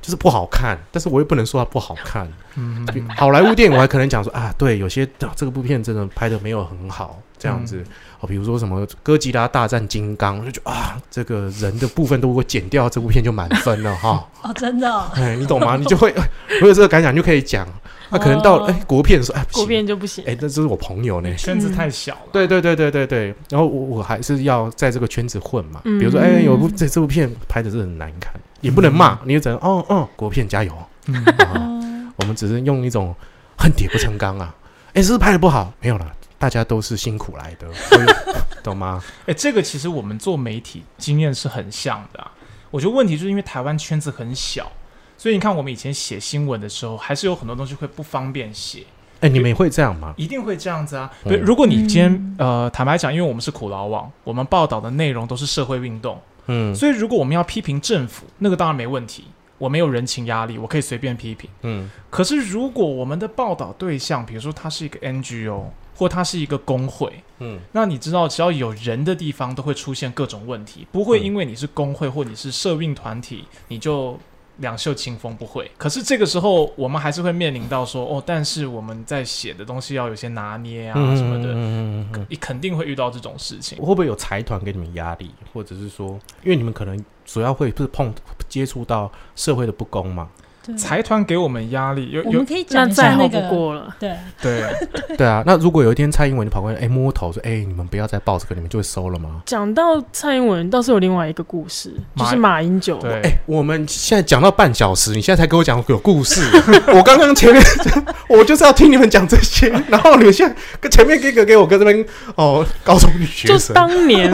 S1: 就是不好看，但是我又不能说它不好看。
S3: 嗯
S1: 比好莱坞电影我还可能讲说啊，对，有些、啊这个部片真的拍的没有很好，这样子、
S3: 嗯
S1: 哦，比如说什么《哥吉拉大战金刚》，我就觉得啊，这个人的部分都如果剪掉，这部片就满分了 哈、
S4: 哦，真的哦、
S1: 哎，你懂吗？你就会哎我有这个感想，你就可以讲。那、可能到
S4: 哦
S1: 哎国片说哎不
S2: 国
S1: 行，
S2: 片嗯就不行，
S1: 哎，那这是我朋友呢。
S3: 圈子太小了。
S1: 对对对对对对，然后我我还是要在这个圈子混嘛。
S2: 嗯
S1: 比如说，哎，有部这这部片拍的是很难看，也不能骂，
S2: 嗯
S1: 你就只能 哦哦，国片加油。
S3: 嗯
S1: 啊我们只是用一种恨铁不成钢啊，哎，是不是拍的不好？没有啦，大家都是辛苦来的， 所以懂吗？
S3: 哎，这个其实我们做媒体经验是很像的、啊。我觉得问题就是因为台湾圈子很小，所以你看我们以前写新闻的时候，还是有很多东西会不方便写，
S1: 哎，你们也会这样吗？
S3: 一定会这样子啊。
S1: 嗯
S3: 对，如果你今天呃，坦白讲，因为我们是苦劳网，我们报道的内容都是社会运动，
S1: 嗯
S3: 所以如果我们要批评政府，那个当然没问题，我没有人情压力，我可以随便批评。
S1: 嗯
S3: 可是如果我们的报道对象，比如说它是一个 NGO 或它是一个工会，
S1: 嗯
S3: 那你知道，只要有人的地方都会出现各种问题，不会
S1: 嗯
S3: 因为你是工会或你是社运团体，你就两袖清风，不会。可是这个时候，我们还是会面临到说，哦，但是我们在写的东西要有些拿捏啊什么的，
S1: 嗯嗯嗯嗯
S3: 你肯定会遇到这种事情。
S1: 会不会有财团给你们压力，或者是说，因为你们可能主要会是碰接触到社会的不公嘛？
S4: 对，
S3: 财团给我们压力，有
S4: 我
S3: 有
S4: 们可以
S2: 那
S4: 讲一
S2: 再
S4: 下
S2: 好
S4: 那
S2: 不
S4: 个，
S2: 过了。
S4: 对，
S3: 对，
S1: 对啊，那如果有一天蔡英文你跑过来，哎、摸头说，哎、你们不要再报这个，你们就会收了吗？
S2: 讲到蔡英文，倒是有另外一个故事，就
S3: 马
S2: 是马英九。
S3: 对
S1: 哎、我们现在讲到半小时，你现在才跟我讲有故 事，我刚刚前面我就是要听你们讲这些，然后你们现在跟前面给个给我跟这边哦，高中女学
S2: 就
S1: 生，
S2: 当年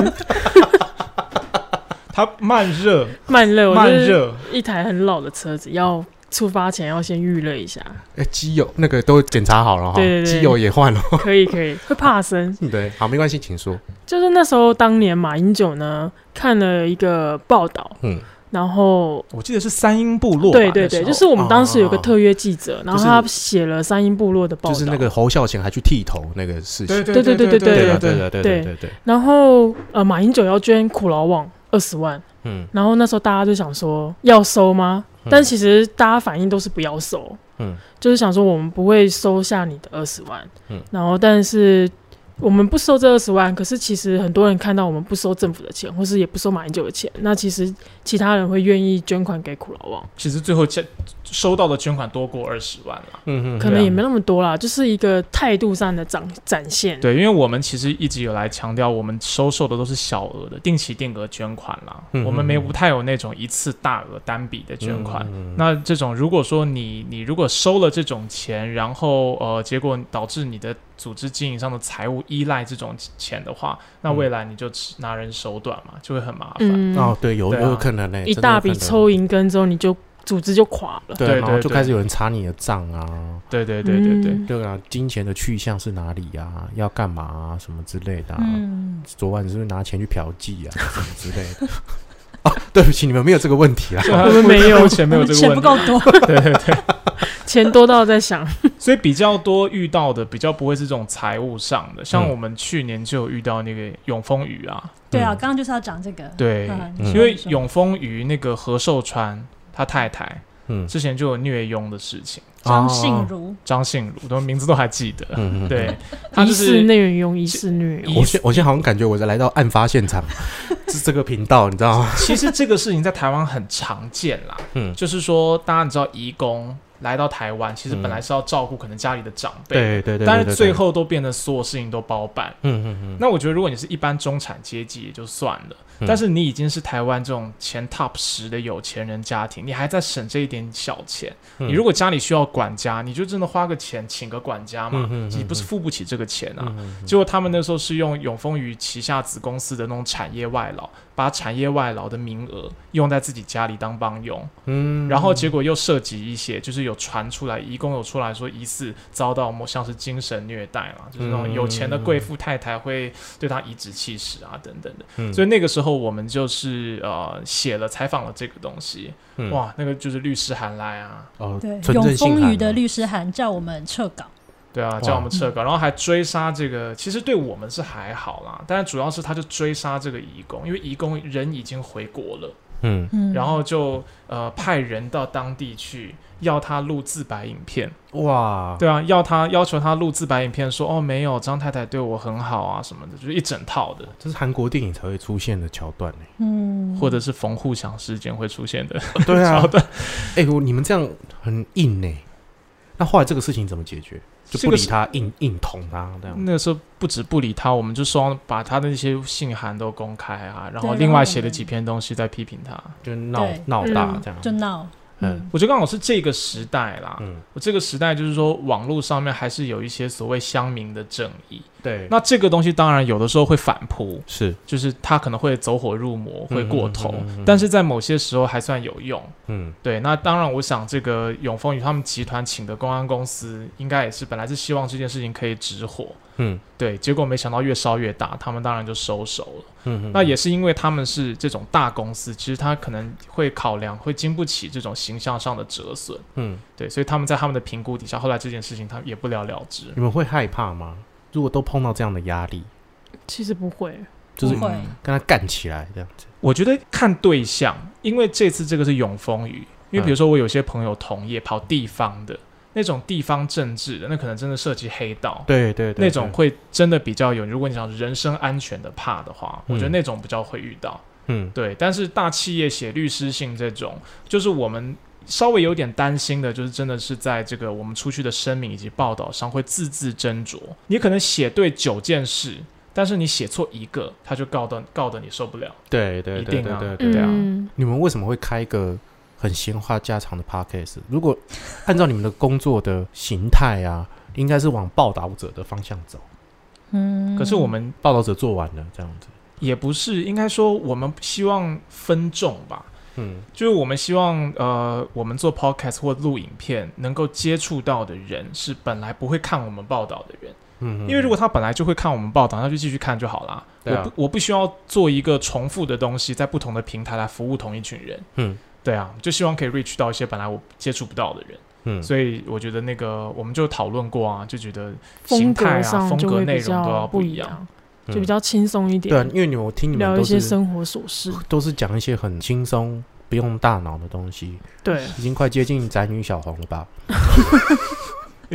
S3: 他慢热，
S2: 慢热，我
S3: 慢
S2: 就是
S3: 热，
S2: 一台很老的车子，要出发前要先预热一下。
S1: 哎、机油那个都检查好了哈，
S2: 对对对
S1: 机油也换了，
S2: 可以可以，会怕生。
S1: 对，好，没关系，请说，
S2: 就是那时候当年马英九呢看了一个报道，
S1: 嗯，
S2: 然后
S3: 我记得是三英部落吧，
S2: 对对对，就
S3: 那时候
S2: 是我们当时有个
S1: 哦
S2: 特约记者，然后
S1: 就是
S2: 他写了三英部落的报
S1: 就
S2: 道，
S1: 是那个侯孝贤还去剃头那个事情，
S3: 对
S2: 对对
S3: 对
S1: 对
S2: 对对
S1: 吧
S3: 对
S1: 对对对对对对，
S2: 然后呃马英九要捐苦劳网二十万，
S1: 嗯
S2: 然后那时候大家就想说要收吗？
S1: 嗯
S2: 但其实大家反应都是不要收，
S1: 嗯
S2: 就是想说我们不会收下你的二十万，
S1: 嗯
S2: 然后但是我们不收这二十万，可是其实很多人看到我们不收政府的钱，或是也不收马英九的钱，那其实其他人会愿意捐款给苦劳网。哦
S3: 其实最后这收到的捐款多过二十万了。
S1: 嗯，
S2: 可能也
S1: 对啊
S2: 没那么多啦，就是一个态度上的展展现。
S1: 啊
S3: 对，因为我们其实一直有来强调，我们收受的都是小额的定期定额捐款啦，
S1: 嗯
S3: 我们没
S1: 嗯
S3: 不太有那种一次大额单笔的捐款。
S1: 嗯
S3: 那这种，如果说你你如果收了这种钱，然后呃，结果导致你的组织经营上的财务依赖这种钱的话，那
S1: 嗯
S3: 未来你就只拿人手短嘛，就会很麻烦。
S2: 嗯，
S1: 哦，对，有
S3: 对啊
S1: 有可能呢，
S2: 一
S1: 真的有
S2: 大
S1: 可
S2: 笔
S1: 能，
S2: 抽银根之后，你就组织就垮了。
S1: 对，
S3: 对
S1: 然后
S3: 对
S1: 就
S3: 对
S1: 开始有人查你的账啊，
S3: 对对对对对，
S2: 嗯
S1: 对啊，金钱的去向是哪里呀？要干嘛啊？什么之类的啊？
S4: 嗯，
S1: 昨晚是不是拿钱去嫖妓啊？什么之类的？ 啊，对不起，你们没有这个问题啊。
S3: 我
S2: 我们没有
S3: 目前没有这个
S4: 钱不
S3: 问题。嗯
S4: 够多，
S3: 对对对。
S2: 钱多到在想，
S3: 所以比较多遇到的，比较不会是这种财务上的，像
S1: 嗯
S3: 我们去年就有遇到那个永丰鱼啊，
S4: 对啊，
S1: 嗯
S4: 刚刚就是要讲这个，
S3: 对，
S4: 嗯，
S1: 嗯
S3: 因为
S4: 你说
S3: 永丰鱼那个何寿川他太太
S1: 嗯，
S3: 之前就有虐佣的事情，
S4: 张
S1: 哦
S4: 信如，
S3: 张信儒，都名字都还记得，
S1: 嗯嗯，
S3: 对
S1: 嗯，
S3: 他就
S2: 疑似
S3: 是
S2: 内人用，疑似虐
S3: 疑
S2: 用。
S1: 我现我现在好像感觉我在来到案发现场， 是这个频道，你知道吗？
S3: 其实这个事情在台湾很常见啦，
S1: 嗯，
S3: 就是说大家你知道移工来到台湾，其实
S1: 嗯
S3: 本来是要照顾可能家里的长辈，
S1: 对对对，
S3: 但
S1: 对
S3: 是最，后都变得所有事情都包办。
S1: 对对嗯嗯嗯，
S3: 那我觉得，如果你是一般中产阶级也就算了，
S1: 嗯
S3: 但是你已经是台湾这种前 top 十的有钱人家庭，你还在省这一点小钱。
S1: 嗯
S3: 你如果家里需要管家，你就真的花个钱请个管家
S1: 嗯
S3: 嘛，
S1: 嗯嗯
S3: 你不是付不起这个钱啊。
S1: 嗯嗯嗯
S3: 结果他们那时候是用永丰余旗下子公司的那种产业外劳，把产业外劳的名额用在自己家里当帮佣，
S1: 嗯
S3: 然后结果又涉及一些，就是有传出来，义工有出来说疑似遭到某像是精神虐待
S1: 嗯
S3: 啦，就是那种有钱的贵妇太太会对他颐指气使啊，等等的。
S1: 嗯
S3: 所以那个时候我们就是呃写了采访了这个东西，
S1: 嗯
S3: 哇，那个就是律师函来啊，
S1: 哦
S4: 对，
S1: 纯
S4: 永
S1: 正性
S4: 丰
S1: 寒
S4: 余的
S1: 啊
S4: 律师函叫我们撤稿，
S3: 对啊，叫我们撤稿，然后还追杀这个，其实对我们是还好啦，但是主要是他就追杀这个义工，因为义工人已经回国了。
S1: 嗯，
S4: 嗯，
S3: 然后就呃派人到当地去要他录自白影片，
S1: 哇，
S3: 对啊，要他要求他录自白影片说哦没有，张太太对我很好啊什么的，就是一整套的，
S1: 这是韩国电影才会出现的桥段呢。
S4: 嗯，
S3: 或者是冯沪祥事件会出现的
S1: 对 啊
S3: 桥，段。
S1: 哎、我你们这样很硬呢、那后来这个事情怎么解决？就
S3: 这
S1: 不
S3: 个
S1: 理
S3: 是嗯
S1: 他，硬硬捅他这样。
S3: 那时候不止不理他，我们就说把他的那些信函都公开啊，然后
S4: 对
S3: 另
S4: 然后
S3: 外
S4: 我
S3: 写了
S4: 们
S3: 几篇东西在批评他。
S1: 就闹
S4: 对
S1: 闹大
S2: 嗯
S1: 这样。
S4: 就闹，
S1: 嗯
S3: 我觉得刚好是这个时代啦。
S1: 嗯，
S3: 我这个时代就是说，网络上面还是有一些所谓乡民的正义。
S1: 对，
S3: 那这个东西当然有的时候会反扑，
S1: 是
S3: 就是它可能会走火入魔，会过头，
S1: 嗯嗯嗯嗯嗯
S3: 但是在某些时候还算有用。
S1: 嗯
S3: 对，那当然，我想这个永丰与他们集团请的公安公司，应该也是本来是希望这件事情可以止火，
S1: 嗯
S3: 对，结果没想到越烧越大，他们当然就收手了。
S1: 嗯，
S3: 那也是因为他们是这种大公司，其实他可能会考量，会经不起这种形象上的折损，
S1: 嗯，
S3: 对，所以他们在他们的评估底下，后来这件事情他们也不了了之。
S1: 你们会害怕吗？如果都碰到这样的压力，
S2: 其实不会，
S1: 就是
S4: 不会
S3: 嗯
S1: 跟他干起来这样子，
S3: 我觉得看对象，因为这次这个是永丰雨，因为
S1: 嗯
S3: 比如说我有些朋友同业跑地方的那种地方政治的，那可能真的涉及黑道。
S1: 对对对，
S3: 那种会真的比较有，如果你想人身安全的怕的话，我觉得
S1: 嗯
S3: 那种比较会遇到。
S1: 嗯
S3: 对，但是大企业写律师信这种，就是我们稍微有点担心的，就是真的是在这个我们出去的声明以及报道上会字字斟酌。你可能写对九件事，但是你写错一个，他就告的告的你受不了。
S1: 对对
S3: 一
S1: 对
S3: 定
S1: 对
S3: 啊
S1: 对对
S3: 对啊
S2: 嗯，
S1: 你们为什么会开一个很闲话家常的 podcast？如果按照你们的工作的形态啊，应该是往报道者的方向走。
S4: 嗯
S3: 可是我们
S1: 报道者做完了，这样子，
S3: 也不是，应该说我们希望分众吧。
S1: 嗯
S3: 就是我们希望，呃，我们做 podcast 或录影片，能够接触到的人是本来不会看我们报道的人，
S1: 嗯，
S3: 因为如果他本来就会看我们报道，他就继续看就好啦。
S1: 对啊
S3: 我不我不需要做一个重复的东西，在不同的平台来服务同一群人。
S1: 嗯
S3: 对啊，就希望可以 reach 到一些本来我接触不到的人。
S1: 嗯，
S3: 所以我觉得那个我们就讨论过啊，就觉得
S2: 风
S3: 形态
S2: 格
S3: 啊、
S2: 上
S3: 风
S2: 就
S3: 格、
S2: 会
S3: 内
S2: 比
S3: 容都要
S2: 较不
S3: 一
S2: 一
S3: 样。嗯
S2: 样，就
S1: 嗯
S2: 比较轻松一点，
S1: 对啊，因为你我听你们
S2: 聊一
S1: 都
S2: 些
S1: 是
S2: 生活琐 事，
S1: 都是讲一些很轻松。不用大脑的东西，
S2: 对，
S1: 已经快接近宅女小红了吧？
S3: 哎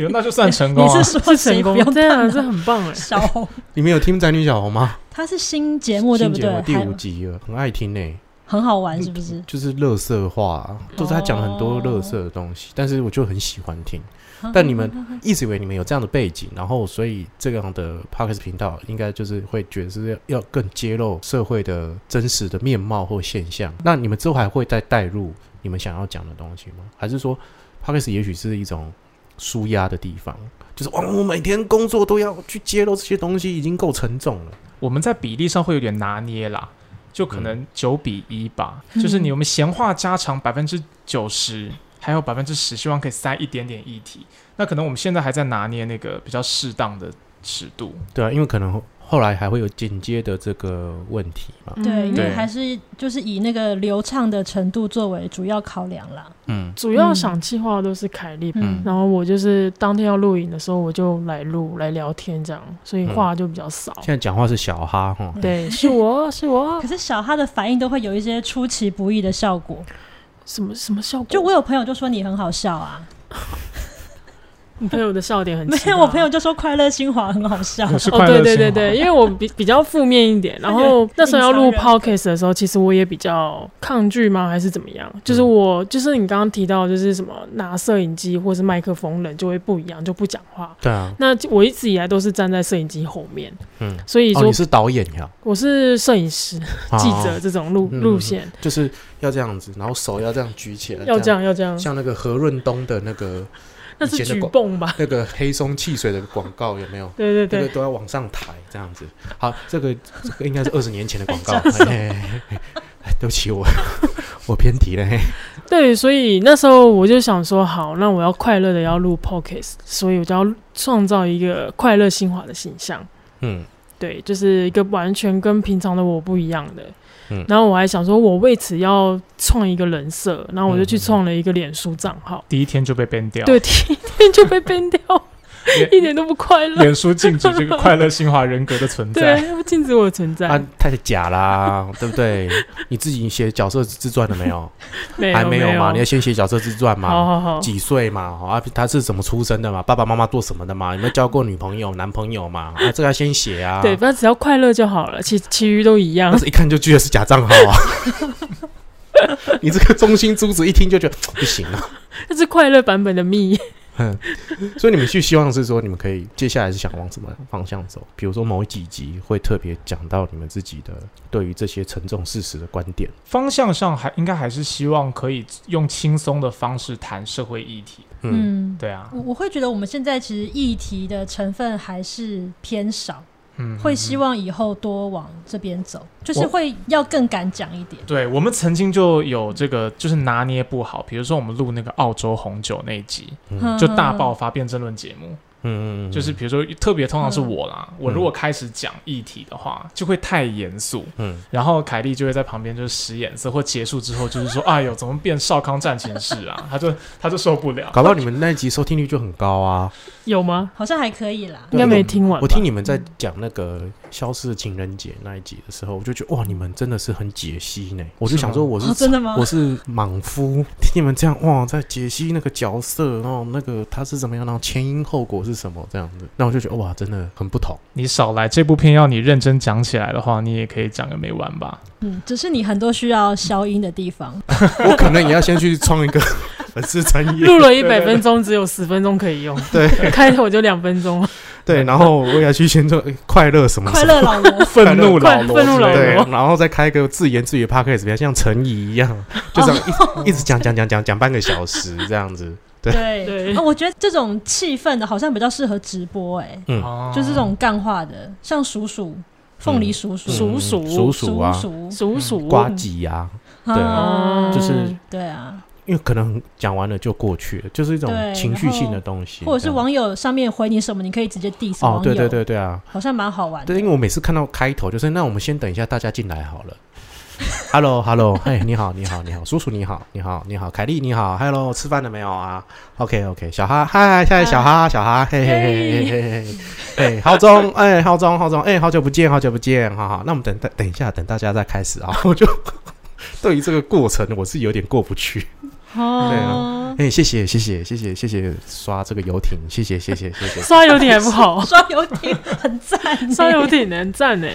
S3: 呦那就算成功
S4: 你
S3: 啊
S4: 是！说
S2: 是
S4: 谁
S2: 成
S4: 不
S2: 功
S4: 用，
S2: 这
S4: 看啊
S2: 样
S4: 了
S2: 是很棒哎，
S4: 小红，
S1: 你们有听宅女小红 吗？
S4: 它是新节目对
S1: 新
S4: 不
S1: 节
S4: 对
S1: 目？第
S4: 还
S1: 五集了，很爱听呢、
S4: 很好玩是不是？
S1: 就是乐色话啊，都是他讲了很多乐色的东西，但是我就很喜欢听。 但你们一直以为你们有这样的背景，然后所以这样的 podcast 频道应该就是会觉得是要要更揭露社会的真实的面貌或现象。那你们之后还会再带入你们想要讲的东西吗？还是说 podcast 也许是一种舒压的地方？就是哇，我每天工作都要去揭露这些东西，已经够沉重了。
S3: 我们在比例上会有点拿捏啦，就可能九比一吧，
S2: 嗯
S3: 就是你我们闲话家常百分之九十，还有百分之十，希望可以塞一点点议题。那可能我们现在还在拿捏那个比较适当的尺度，
S1: 对啊，因为可能后来还会有紧接的这个问题嘛。
S4: 对，因
S2: 嗯
S4: 为
S3: 对
S4: 还是就是以那个流畅的程度作为主要考量啦。
S1: 嗯
S2: 主要想计划的都是凯莉，
S1: 嗯
S2: 然后我就是当天要录影的时候，我就来录来聊天这样，所以
S3: 嗯
S2: 话就比较少。
S1: 现在讲话是小哈哈，
S2: 对，是我是我
S4: 可，是小哈的反应都会有一些出其不意的效果。
S2: 什么什么效果？
S4: 就我有朋友就说你很好笑啊，
S2: 你朋友的笑点很
S4: 没
S2: 奇
S4: 有
S2: 葩啊
S4: 我朋友就说快乐新华很好笑。
S3: 我是
S2: 哦，
S3: 快乐
S2: 对对
S3: 的
S2: 对
S3: 新华
S2: 对，因为我比 比较负面一点，然后那时候要录
S4: 隐藏
S2: podcast 的时候，其实我也比较抗拒吗？还是怎么样？就是
S1: 嗯
S2: 我就是你刚刚提到，就是什么拿摄影机或是麦克风，人就会不一样，就不讲话。
S1: 对啊，
S2: 那我一直以来都是站在摄影机后面，
S1: 嗯，
S2: 所以
S1: 哦，
S2: 说
S1: 你是导演呀，
S2: 我是摄影师、记者
S1: 哦
S2: 这种路
S1: 嗯
S2: 路线，
S1: 就是要这样子，然后手要这样举起来，
S2: 要这样要这样，
S1: 像那个何润东的那个
S2: 那
S1: 以
S2: 是
S1: 前的
S2: 举
S1: 广
S2: 泵吧？
S1: 那个黑松汽水的广告有没有？
S2: 对对
S1: 那个
S2: 对，
S1: 都要往上抬这样子。好，这个这个应该是二十年前的广告。
S4: 在讲什么
S1: 哎哎哎哎对不起，我我偏题了。嘿
S2: 对，所以那时候我就想说，好，那我要快乐的要录 podcast，所以我就要创造一个快乐新华的形象。
S1: 嗯
S2: 对，就是一个完全跟平常的我不一样的。
S1: 嗯
S2: 然后我还想说，我为此要创一个人设，然后我就去
S1: 嗯嗯嗯
S2: 创了一个脸书账号。
S3: 第一天就被 ban
S1: 嗯
S3: 掉，
S2: 对，第一天 就被 ban 掉，一
S3: 脸
S2: 点都不快乐。
S3: 脸书禁止这个快乐新华人格的存 在。
S2: 对，禁止我的存在。
S1: 啊，太假啦，对不对？你自己写角色自传了没有？
S2: 没有
S1: 还没
S2: 有
S1: 嘛？你要先写角色自传
S2: 好
S1: 嘛？
S2: 好好，
S1: 几岁嘛？啊，他是怎么出生的嘛？爸爸妈妈做什么的嘛？有没有交过女朋友、男朋友嘛？啊，这个要先写啊。
S2: 对，反正只要快乐就好了，其其余都一 样
S1: 但。是一看就觉得是假账号啊。 你这个中心珠子一听就觉得不行啊，
S2: 这是快乐版本的蜜，
S1: 所以你们去希望是说，你们可以接下来是想往什么方向走？比如说某几集会特别讲到你们自己的对于这些沉重事实的观点。
S3: 方向上还应该还是希望可以用轻松的方式谈社会议题。
S1: 嗯，
S4: 嗯，
S3: 对啊，
S4: 我我会觉得我们现在其实议题的成分还是偏少，
S3: 嗯，
S4: 会希
S3: 望。
S4: 望以后多往这边走，就是
S3: 我
S4: 会要更敢讲一点。
S3: 对我们曾经就有这个，就是拿捏不好。比如说，我们录那个澳洲红酒那一集，
S1: 嗯
S3: 就大爆发辩证论节目，
S1: 嗯嗯，
S3: 就是比如说，特别通常是我啦，我如果开始讲议题的话，就会太严肃，
S1: 嗯
S3: 然后凯莉就会在旁边就是使眼色，或结束之后就是 说，哎呦，怎么变少康战情室啊？他就他就受不了。
S1: 搞不好你们那一集收听率就很高啊！
S2: 有吗？
S4: 好像还可以啦。
S2: 应该没听完吧。
S1: 我听你们在讲那个消失的情人节那一集的时候，我就觉得哇，你们真的是很解析呢。我就想说我是
S4: 哦，真的吗
S1: 我？是莽夫， 听你们这样哇，在解析那个角色，然后那个他是怎么样，然后前因后果是什么这样子，那我就觉得哇，真的很不同。
S3: 你少来这部片，要你认真讲起来的话，你也可以讲个没完吧？
S4: 嗯，只是你很多需要消音的地方。
S1: 我可能也要先去创一个 粉丝专业，
S2: 录了一百分钟，只有十分钟可以用。
S1: 对，
S2: 开头就两分钟，
S1: 对，然后我也要去先做哎快乐什么
S4: 快
S1: 什么。
S4: 乐 老罗，
S3: 愤怒老
S2: 快
S3: 罗，
S2: 愤怒老
S1: 对
S2: 罗，，
S1: 然后再开个自言自语的 podcast，比较像陈怡一 样，就这样一一直讲讲讲讲讲半个小时这样子。
S4: 对
S2: 对
S4: 啊我觉得这种气氛的，好像比较适合直播、欸，哎、
S1: 嗯
S3: 哦
S4: 就是这种干话的，像鼠鼠、凤梨鼠鼠、
S2: 鼠
S1: 鼠鼠
S2: 鼠
S4: 鼠
S1: 嗯啊，
S4: 鼠
S2: 鼠鼠
S1: 瓜吉啊，对
S4: 啊
S2: 嗯
S1: 就是
S4: 对啊，
S1: 因为可能讲完了就过去了，就是一种
S4: 对
S1: 情绪
S4: 然后
S1: 性的东西，
S4: 或者是
S1: 这样
S4: 网友上面回你什么，你可以直接 diss 网
S1: 哦，
S4: 友，
S1: 对对，对对啊，
S4: 好像蛮好玩的
S1: 对，。因为我每次看到开头就是，那我们先等一下大家进来好了。Hello，Hello，嘿，你好，你好，你好，叔叔你好，你好，你好，凯莉你好，Hello，吃饭了没有啊？OK，OK，小哈，嗨，嗨，小哈，小哈，嘿嘿嘿嘿嘿嘿，嘿，浩中，哎，浩中，浩中，哎，好久不见，好久不见，哈哈，那我们等等等一下，等大家再开始啊， 我就对于这个过程我是有点过不去。对啊，
S4: 哦，
S1: 哎，谢谢，谢谢，谢谢，谢谢刷这个游艇，谢谢，谢谢，谢 谢，
S2: 刷游艇还不好
S4: 刷游艇很赞 欸、
S2: 刷游艇能赞欸呢。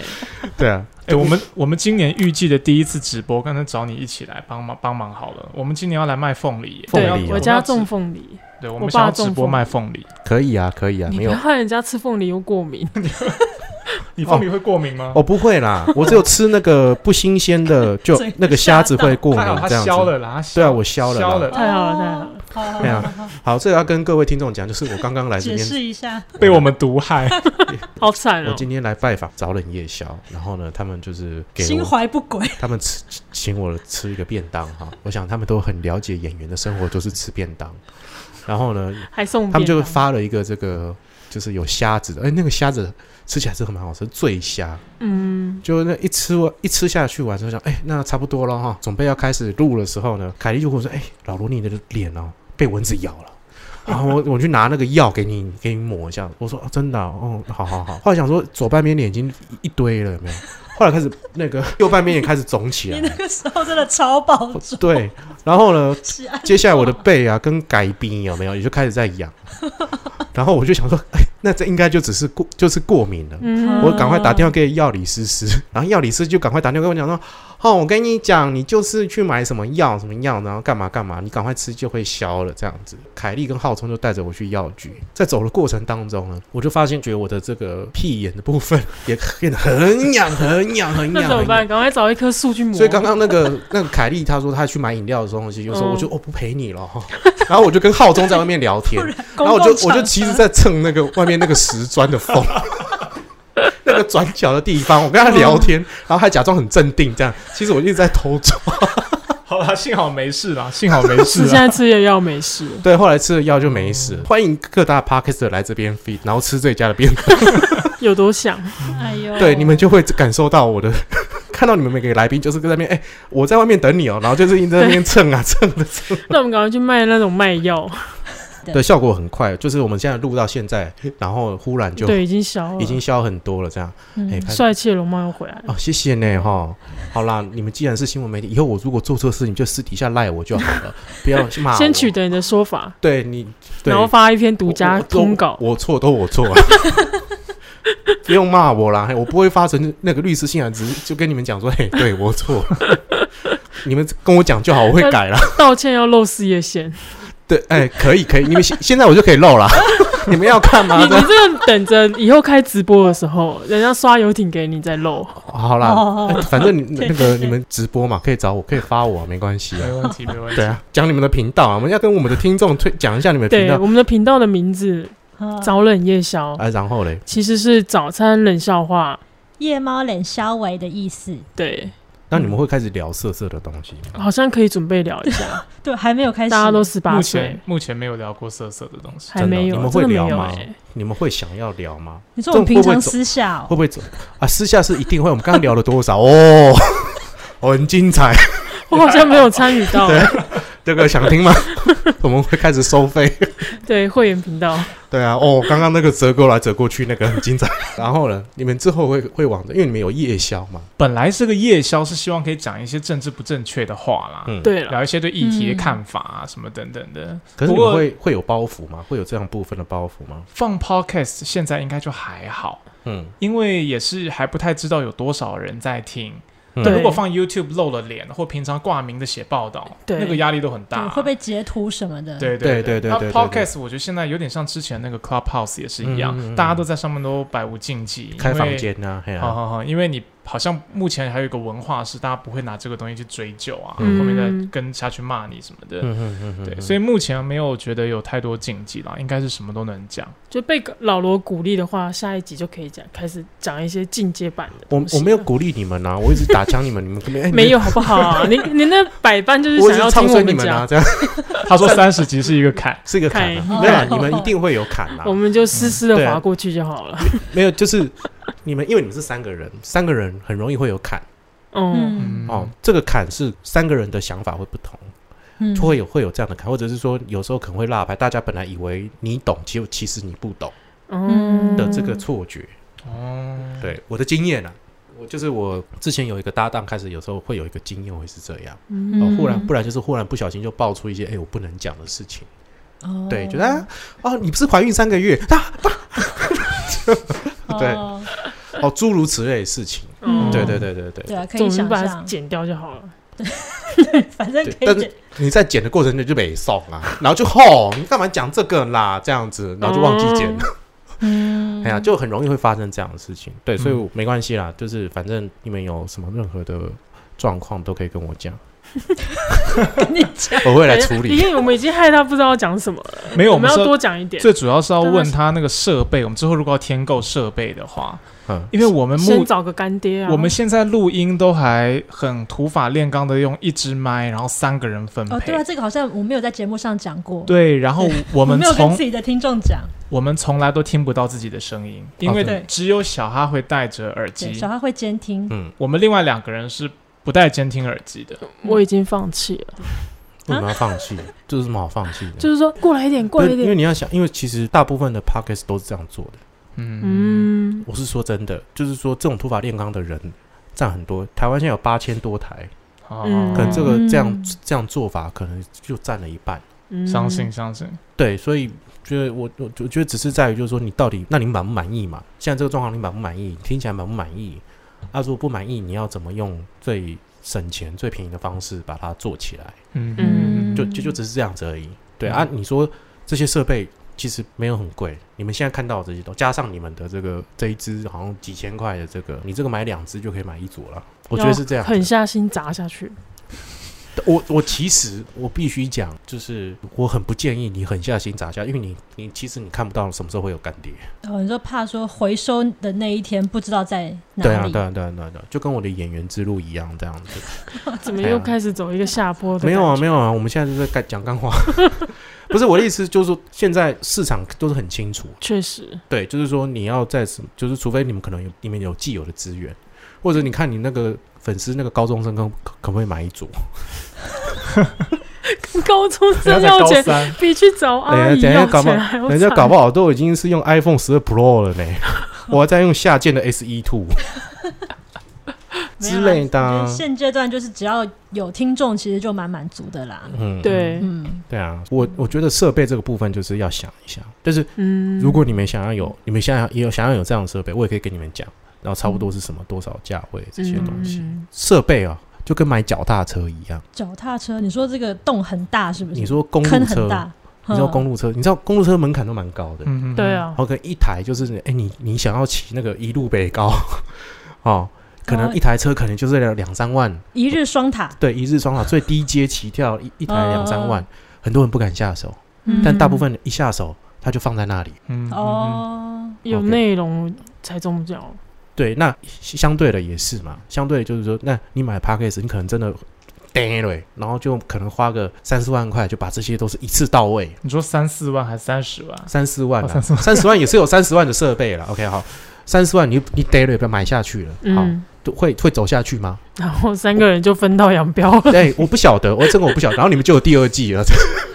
S1: 对啊，
S3: 哎、我们我们今年预计的第一次直播，刚才找你一起来帮忙帮忙好了。我们今年要来卖凤梨，哦
S1: 凤
S2: 对
S1: 梨啊
S2: 我
S3: 们
S2: 家
S3: 要直
S2: 种，凤梨，
S3: 对，我
S2: 我
S3: 们
S2: 爸
S3: 想要
S2: 种
S3: 直播
S2: 凤梨
S3: 卖凤梨。
S1: 可以啊，可以啊，
S2: 你
S1: 没有
S2: 不要害人家吃凤梨又过敏。
S3: 你凤梨会过敏吗？
S1: 哦，不会啦，我只有吃那个不新鲜的，就
S4: 嘴
S1: 那个虾子会过
S3: 太好，
S1: 敏
S3: 他
S1: 这样
S3: 消
S1: 子。
S3: 了啦，他消
S1: 对啊，我消了啦。
S3: 消了，
S2: 太好了太好
S4: 了，哦好好
S1: 对啊
S4: 好好好
S1: 好，这个要跟各位听众讲，就是我刚刚来这
S4: 解
S1: 边，
S4: 释一下，
S3: 被我们毒害。
S2: 好惨
S1: 我
S2: 哦！
S1: 今天来拜访早冷夜宵，然后呢，他们就是给
S4: 心
S1: 我，
S4: 怀不轨，
S1: 他们吃请我吃一个便当哈。我想他们都很了解演员的生活，都是吃便当。然后呢，
S2: 还送
S1: 他们就
S2: 便当
S1: 发了一个这个，就是有虾子的，哎，那个虾子吃起来是很蛮好吃，醉虾。
S2: 嗯，
S1: 就那一吃完一吃下去完之后想，哎、那差不多了哈，准备要开始录的时候呢，凯莉就跟我说，哎、老罗你的脸哦被蚊子咬了。然后 我我去拿那个药给你，给你抹一下。我说、哦、真的哦，哦好好好。后来想说左半边脸已经一一堆了，有没有？后来开始那个右半边也开始肿起来
S4: 你。那个时候真的超爆
S1: 哦
S4: 重，
S1: 对，然后呢，
S4: 是啊，
S1: 接下来我的背啊跟改冰有没有也就开始在 痒。然后我就想说，哎、那这应该就只是过就是过敏了。
S2: 嗯
S1: 我赶快打电话给药理师师，然后药理师就赶快打电话跟我讲说，哦，我跟你讲，你就是去买什么药什么药，然后干嘛干嘛，你赶快吃就会消了这样子。凯莉跟浩聪就带着我去药局，在走的过程当中呢，我就发现觉得我的这个屁眼的部分也变得很痒很痒很
S2: 那
S1: 痒
S2: 怎么
S1: 很痒
S2: 办？。赶快找一棵树去磨。
S1: 啊所以刚刚那个 那个凯莉她说她去买饮料的东西，就说
S2: 嗯
S1: 我就我、哦、不陪你了 哈，然后我就跟浩中在外面聊 天，然后我就我就其实在蹭那个外面那个石砖的缝， 那个转角的地方，我跟他聊天，然后他假装很镇定这样，其实我一直在偷抓。
S3: 好啦，幸好没事 啦，幸好没
S2: 是
S3: 事啊
S1: 啊
S2: 现
S3: 啦。
S2: 在吃也要没事。
S1: 对，后来吃了药就没事了。嗯欢迎各大 p a r k e r 来这边 feed，然后吃这家的便当，
S2: 有多想？
S4: 哎 呦，
S1: 对你们就会感受到我的。 看到你们每个来宾就是在那边，哎、我在外面等你哦、然后就是一直在那边蹭啊蹭的蹭，
S2: 那我们赶快去卖那种卖药，
S1: 对，效果很快，就是我们现在录到现 在，然后忽然就
S2: 对，已经消了，
S1: 已经消很多了，这样，
S4: 嗯
S1: 哎、拍
S2: 帅气的龙猫又回来了。
S1: 哦，谢谢呢哈。好啦，你们既然是新闻媒体，以后我如果做错事情，就私底下赖我就好 了，不要骂我。
S2: 先取得你的说法，
S1: 对你，啊对
S2: 然后发一篇独家
S1: 我我
S2: 通稿。
S1: 我错都我错、啊， 不用骂我啦，嘿我不会发成那个律师信函，只是就跟你们讲说，嘿，对我 错，你们跟我讲就好，我会改啦。
S2: 道歉要露事业线，
S1: 对，哎、可以可以，你们现现在我就可以露了， 你们要看吗？
S2: 你你这个等着以后开直播的时候，人家刷游艇给你再露。
S1: 好啦，
S4: 哦
S1: 哎 反正你
S4: 对
S1: 那个你们直播嘛，可以找我，可以发我，没关系啊
S3: 没。问题，没问题。
S1: 对啊，讲你们的频道啊，我们要跟我们的听众推讲一下你们的频
S2: 对，
S1: 道
S2: 我们的频道的名字
S1: 哎
S2: “
S4: 哦，
S2: 早冷夜宵
S1: 啊，然后嘞”，，
S2: 其实是早餐冷笑话。
S4: 夜猫脸稍微的意思，
S2: 对，
S1: 那你们会开始聊色色的东西吗？
S2: 好像可以准备聊一下。
S4: 对，还没有开始，
S2: 大家都十八
S3: 目
S2: 岁
S3: 前，目前没有聊过色色的东西，
S2: 还
S1: 真
S2: 没
S1: 的哦你
S2: 有，
S1: 们会
S2: 真的没
S1: 聊
S2: 有
S1: 吗
S2: 哎。
S1: 你们会想要聊吗？
S4: 你说我们
S1: 这
S4: 平
S1: 种会不会
S4: 常
S1: 走
S4: 私下
S1: 会不
S4: 哦，
S1: 会走啊？私下是一定会，我们刚刚聊了多少哦？ 哦很精彩，
S2: 我好像没有参与 到啊
S1: 对这个想听吗？我们会开始收费。
S2: 对会员频道。
S1: 对啊，哦，刚刚那个折过来折过去那个很精彩。然后呢，你们之后会会往，因为你们有夜宵嘛，
S3: 本来是个夜宵，是希望可以讲一些政治不正确的话啦，
S1: 嗯，。
S2: 对了，
S3: 聊一些对议题的
S4: 嗯
S3: 看法啊，什么等等的。
S1: 可是你
S3: 不
S1: 们
S3: 过
S1: 会会有包袱吗？会有这样部分的包袱吗？
S3: 放 podcast 现在应该就还好，
S1: 嗯，
S3: 因为也是还不太知道有多少人在听。
S1: 嗯
S2: 对
S3: 如果放 YouTube 露了脸，或平常挂名的写报道，
S2: 对
S3: 那个压力都很
S4: 对，嗯
S3: 大。
S4: 会被截图什么的，，
S3: 对
S1: 对对
S3: 对
S1: 对
S3: 那
S1: 对对
S3: podcast 我觉得现在有点像之前那个 Clubhouse 也是一样，
S1: 嗯嗯嗯
S3: 大家都在上面都百无禁忌，
S1: 开
S3: 因
S1: 房
S3: 为
S1: 间啊，嘿
S2: 哦
S3: 好
S1: 啊，
S3: 好好，因为你好像目前还有一个文化是大家不会拿这个东西去追究啊，
S1: 嗯
S3: 后面再跟下去骂你什么的。
S1: 嗯嗯嗯嗯，
S3: 对，
S1: 嗯
S3: 所以目前没有觉得有太多禁忌啦，应该是什么都能讲。
S2: 就被老罗鼓励的话，下一集就可以讲开始讲一些进阶版的
S1: 我
S2: 东西
S1: 我
S2: 了。
S1: 没有鼓励你们啊，我一直打枪你们，你们根本哎你们
S2: 没有好不 好、啊？你你那百般就是
S1: 我一
S2: 想
S1: 直
S2: 要
S1: 唱
S2: 听
S1: 衰
S2: 我
S1: 你
S2: 们
S1: 们
S2: 讲，
S1: 啊，这样
S3: 他说三十集是一个坎，
S1: 是一个坎啊，
S2: 看
S1: 没有啊，
S4: 哦
S1: 你们一定会有坎啊
S2: 我，们就湿湿
S1: 嗯
S2: 的
S1: 对啊
S2: 划过去就好了。
S1: 没有就是你们，因为你们是三个人，三个人很容易会有坎
S2: 嗯，
S4: 嗯
S1: 哦，这个坎是三个人的想法会不同，
S4: 嗯
S1: 就会有会有这样的坎，或者是说有时候可能会落牌，大家本来以为你懂，其实其实你不懂
S2: 嗯
S1: 的这个错觉，
S3: 哦，
S1: 对我的经验啊。我就是我之前有一个搭档，开始有时候会有一个经验会是这样，
S2: 嗯
S1: 哦，忽然
S4: 嗯
S1: 不然就是忽然不小心就爆出一些哎、我不能讲的事情，
S4: 哦
S1: 对，觉得啊，哦，你不是怀孕三个月啊，对
S4: 哦
S1: 哦，诸如此类的事情。
S4: 嗯
S1: 对对对对对，
S4: 对啊，可以
S2: 总之
S4: 想
S2: 把它
S4: 象，
S2: 剪掉就好了。
S4: 反正
S1: 对
S4: 可
S1: 但是
S4: 以剪，
S1: 你在剪的过程中就被送啊，然后就吼，你干嘛讲这个啦？这样子，然后就忘记剪了。
S4: 哦 嗯
S1: 哎呀，就很容易会发生这样的事情。对，所以
S3: 嗯
S1: 我没关系啦，就是反正你们有什么任何的状况都可以跟我讲，
S4: 跟你讲，
S1: 我会来
S2: 哎
S1: 处理。
S2: 因为我们已经害他不知道讲什么了，
S3: 没有，
S2: 我
S3: 我们
S2: 们要
S3: 是
S2: 多讲一点。
S3: 最主要是要问他那个设备，我们之后如果要添购设备的话，
S1: 嗯，
S3: 因为我们目
S2: 先找个干爹啊，
S3: 我们现在录音都还很土法炼钢的，用一支麦，然后三个人分
S4: 哦，
S3: 配。
S4: 对啊，这个好像我没有在节目上讲过，
S3: 对，然后我
S4: 我
S3: 们
S4: 没有跟
S3: 从
S4: 自己的听众讲，
S3: 我们从来都听不到自己的声音，因
S4: 对
S3: 为只有小哈会戴着耳
S4: 对，
S3: 机
S4: 小，孩会监听，
S1: 嗯，
S3: 我们另外两个人是不戴监听耳机的。
S2: 我已经放弃了，
S1: 为什么要放弃？这有什么好放弃的？
S2: 就是说过来一点，过
S1: 不
S2: 来
S1: 是
S2: 一
S1: 因为
S2: 点。
S1: 你要想，因为其实大部分的 p o c k e t 都是这样做的。
S3: 嗯，
S2: 嗯，
S1: 我是说真的，就是说这种土法炼钢的人占很多。台湾现在有八千多台，
S3: 哦
S2: 嗯
S1: 可能这个这样、
S4: 嗯
S1: 这样做法可能就占了一半。
S2: 嗯
S3: 相信相信，
S1: 对，所以觉得我我我觉得只是在于就是说你到底那你满不满意嘛？现在这个状况你满不满意？听起来满不满意？啊，如果不满意，你要怎么用最省钱、最便宜的方式把它做起来？
S3: 嗯
S2: 嗯
S1: 就就就只是这样子而已。对、
S3: 嗯
S1: 啊，你说这些设备其实没有很贵，你们现在看到的这些都加上你们的这个这一支好像几千块的这个，你这个买两支就可以买一组了。我觉得是这样
S2: 要狠
S1: 子。
S2: 下心砸下去。
S1: 我我其实我必须讲，就是我很不建议你狠下心砸下，因为你你其实你看不到什么时候会有干爹。
S4: 哦，你说怕说回收的那一天不知道在
S1: 对
S4: 哪
S1: 啊
S4: 里，
S1: 对啊对啊对啊对啊，就跟我的演员之路一样这样子。
S2: 怎么
S1: 哎呀
S2: 又开始走一个下坡的感觉？
S1: 没有啊，没有啊，我们现在就在干讲干话。 不是我的意思，就是说现在市场都是很清楚，
S2: 确实，
S1: 对，就是说你要在什么，就是除非你们可能有你们有既有的资源，或者你看你那个粉丝那个高中生可可可不可以买一组？
S2: 高中
S3: 人
S2: 生
S3: 家才
S2: 要
S3: 高
S2: 钱，
S3: 三，
S2: 比去找阿姨
S1: 等一下
S2: 要
S1: 搞不好
S2: 钱还要
S1: 人家
S2: 惨
S1: 搞不好都已经是用 iPhone 十二 Pro 了呢，我还在用下贱的 SE Two
S4: 没有
S1: 之
S4: 啦
S1: 类的
S4: 我觉
S1: 啊
S4: 得。现阶段就是只要有听众，其实就蛮满足的啦。
S1: 嗯，
S2: 对，
S4: 嗯，
S1: 对啊，我我觉得设备这个部分就是要想一下，就是
S2: 嗯，
S1: 如果你们想要有，你们想要也有想要有这样的设备，我也可以跟你们讲，然后差不多是什么多少价位这些东西。
S2: 嗯
S1: 设备啊，就跟买脚踏车一样。
S4: 脚踏车，你说这个洞很大是不是？
S1: 你说公
S4: 坑
S1: 路
S4: 很
S1: 车，
S4: 大，
S1: 你知道
S4: 嗯
S1: 公路车，你知道公路车门槛都蛮高的，
S3: 嗯嗯，嗯
S2: 对，啊
S1: 然，后可能一台就是，哎、你你想要骑那个一路北高， 哦，可能
S4: 哦
S1: 一台车可能就是两两三万，
S4: 一日双塔，
S1: 对，一日双塔最低阶起跳一一台两三万，
S4: 嗯
S1: 很多人不敢下手，
S4: 嗯
S1: 但大部分人一下手他就放在那里。
S3: 嗯，嗯
S4: 哦，
S2: 有
S1: OK
S2: 内容才中奖。
S1: 对，那相对的也是嘛，相对就是说，那你买 p a c k a g e 你可能真的。呆了，然后就可能花个三四万块就把这些都是一次到位，
S3: 你说三四万还是三十 万？
S1: 三四万、
S3: 哦
S1: 啊，
S3: 三十万
S1: 三十万也是有三十万的设备了。OK，好，三十万你你逮了也不要买下去了，好，
S2: 嗯，
S1: 都会会走下去吗？
S2: 然后三个人就分道扬镳了。
S1: 对，我不晓得，我这个我不晓得。然后你们就有第二季了。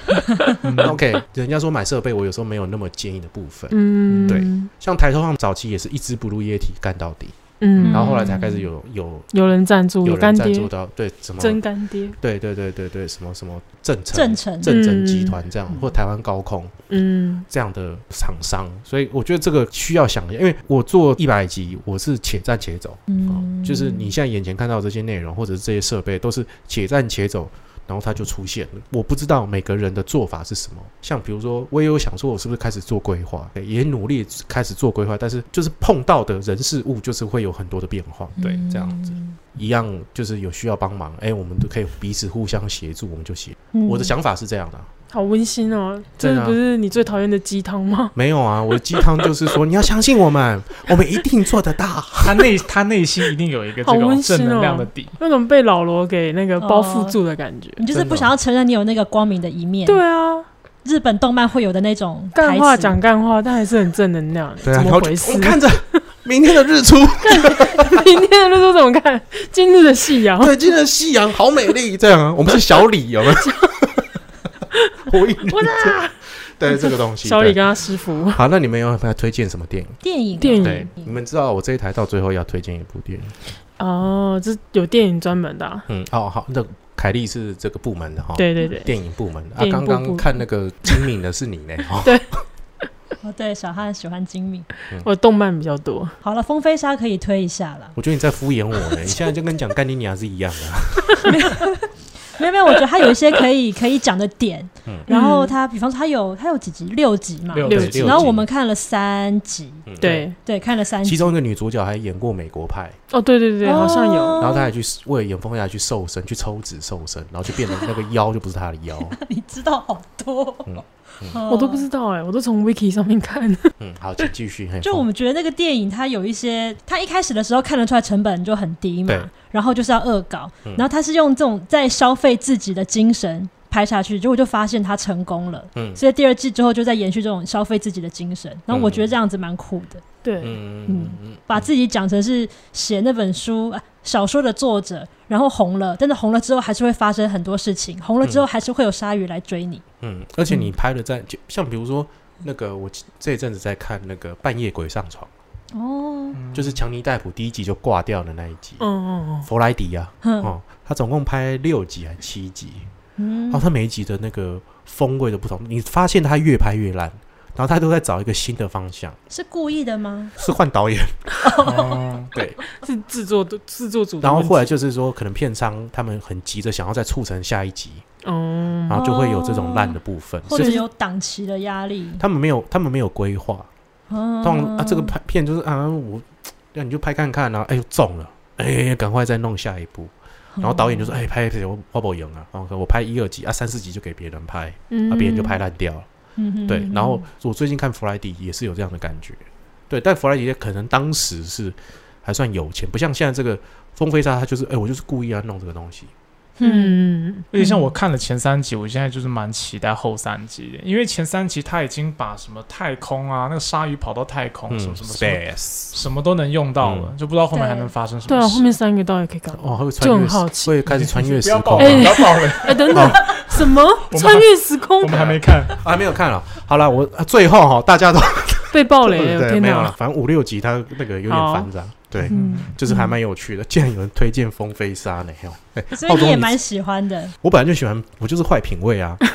S3: 嗯
S1: OK，人家说买设备，我有时候没有那么建议的部分。
S2: 嗯，
S1: 对，像抬头上早期也是一支 Blue 液体干到底，
S2: 嗯，
S1: 然后后来才开始有有
S2: 有人赞助，
S1: 有
S2: 干
S1: 人赞助
S2: 爹，
S1: 到对什么
S2: 真干爹，
S1: 对对对对对什么什么正成
S4: 正成
S1: 正成
S2: 嗯
S1: 集团这样，或台湾高空。
S2: 嗯
S1: 这样的厂商，所以我觉得这个需要想一下，因为我做一百集，我是且战且走，
S4: 嗯
S1: 哦，就是你现在眼前看到这些内容或者是这些设备，都是且战且走，然后它就出现了。我不知道每个人的做法是什么，像比如说，我也有想说，我是不是开始做规划，对也努力开始做规划，但是就是碰到的人事物，就是会有很多的变化，
S2: 嗯
S1: 对，这样子一样就是有需要帮忙，哎，我们都可以彼此互相协助，我们就协。
S4: 嗯
S1: 我的想法是这样的啊、
S2: 好温馨哦！
S1: 对
S2: 这
S1: 啊
S2: 不是你最讨厌的鸡汤吗？
S1: 没有啊，我的鸡汤就是说， 你要相信我们，我们一定做得到。
S3: 他内他内心一定有一个这
S2: 好
S3: 种
S2: 温馨
S3: 正能量
S2: 哦
S3: 的底，
S2: 那种被老罗给那个包覆住的感觉。
S1: 哦
S4: 你就是不想要承认你有那个光明的一面，
S2: 对啊，
S4: 日本动漫会有的那种
S2: 干
S4: 台
S2: 话
S4: 词
S2: 讲干话，但还是很正能量。
S1: 对啊，然
S2: 怎
S1: 后
S2: 么
S1: 就
S2: 回
S1: 我
S2: 事
S1: 们？看着明天的日出，
S2: 明天的日出怎么看？今日的夕阳。
S1: 对，今天的夕阳好美丽，这样 啊，我们是小李，有没有？火影忍者，对这个东 西。
S2: 小李
S1: 对
S2: 跟他师傅，
S1: 好，那你们有没有推荐什么电影？
S4: 电影啊
S2: 电影
S1: 对，你们知道我这一台到最后要推荐一部电影，
S2: 哦，这有电影专门的啊、
S1: 嗯，哦，好，那凯莉是这个部门的哈，，
S2: 对对对，
S1: 电影部门的啊，
S2: 电影
S1: 刚
S2: 部
S1: 刚
S2: 部
S1: 看那个精明的是你呢， 哦，
S4: 哦，对，小汉喜欢精明。
S2: 我动漫比较多。
S4: 好了，风飞沙可以推一下了。
S1: 我觉得你在敷衍我呢，你现在就跟讲干你娘是一样 的啊，
S4: 没有没有，我觉得他有一些可以可以讲的点
S1: 嗯。
S4: 然后他，比方说他有他有几集，六集嘛，
S3: 六
S2: 六
S1: 集
S4: 然后我们看了三集，
S1: 嗯，
S2: 对，
S4: 对，看了三
S1: 其
S4: 集。
S1: 中一个女主角还演过美国派，
S2: 哦，对对对，好像有。
S4: 哦
S1: 然后她还去为了演风下去瘦身，去抽脂瘦身，然后就变得那个腰就不是她的 腰。
S4: 你知道好多哦
S1: 嗯，
S2: 我都不。知道哎、我都从 Wiki 上面看。
S1: 嗯，好，请继续。嘿
S4: 就我们觉得那个电影，它有一些，它一开始的时候看得出来成本就很低
S1: 对
S4: 嘛，然后就是要恶搞，
S1: 嗯
S4: 然后他是用这种在消费自己的精神拍下去，结果就发现他成功了，
S1: 嗯
S4: 所以第二季之后就在延续这种消费自己的精神，然后我
S1: 嗯
S4: 觉得这样子蛮酷的。
S2: 对，
S1: 嗯嗯嗯，
S4: 把自己讲成是写那本书、啊小说的作者，然后红了，但是红了之后还是会发生很多事情，红了之后还是会有鲨鱼来追你。
S1: 嗯，而且你拍的在，就像比如说那个，我这一阵子在看那个《半夜鬼上床
S4: 哦，》，
S1: 就是强尼戴普第一集就挂掉的那一集
S2: 嗯，嗯
S1: 弗莱迪啊，
S4: 哼，
S1: 哦，他总共拍六集还七集，哦
S4: 嗯
S1: 然后他每一集的那个风味都不同，你发现他越拍越烂，然后他都在找一个新的方向，
S4: 是故意的吗？
S1: 是换导演。
S3: 哦
S1: 对，
S2: 嗯，是制作的制作组的
S1: 然后
S2: 问题。
S1: 后来就是说，可能片商他们很急着想要再促成下一集，
S2: 嗯，
S1: 然后就会有这种烂的部分，
S4: 或
S1: 是
S4: 者有档期的压力？
S1: 他们没有他们没有规划，
S4: 哦
S1: 通常啊这个
S2: 嗯
S1: 拍片就是啊我，那你就拍看看然后哎呦中了，哎赶快再弄下一部，然后导演就
S2: 哦
S1: 说哎拍拍我我不赢啊，然后我拍一二集啊三四集就给别人拍，啊
S2: 嗯
S1: 别人就拍烂掉了，
S4: 嗯
S1: 对，然后我最近看弗莱迪也是有这样的感觉，对，但弗莱迪可能当时是还算有钱，不像现在这个风飞沙他就是哎我就是故意要弄这个东西，
S4: 嗯
S2: 嗯，
S3: 而且像我看了前三集，我现在就是蛮期待后三集的，因为前三集他已经把什么太空啊，那个鲨鱼跑到太空，哦什么什么什么
S1: 嗯 space 嗯
S3: 什么都能用到了，就不知道后面还能发生什么事。
S2: 对啊，后面三个到底可以干嘛？
S1: 哦会
S2: 就
S1: 穿越
S2: 很好
S1: 时
S2: 奇
S1: 会开始穿越时
S3: 不要爆
S1: 空啊
S3: 了，
S2: 哎
S3: 不
S1: 吗。
S3: 要爆了，
S2: 哎，等
S1: 哦
S2: 等，什么
S3: 还
S2: 穿越时空
S3: 我们还没看。
S1: 啊，没有看了。好了，我、啊最后哈，大家都
S2: 被爆雷了？我
S1: 对，
S2: 哦天
S1: 没有了
S2: 哪！，哦
S1: 反正五六集它那个有点
S2: 好
S1: 繁杂，对，
S3: 嗯，
S1: 就是还蛮有趣的。竟 然有人推荐《风飞沙》呢，嘿哦哎
S4: 所
S1: 浩
S4: 以你
S1: 东
S4: 也蛮喜欢的，
S1: 我本来就喜欢，我就是坏品味啊，
S3: 嗯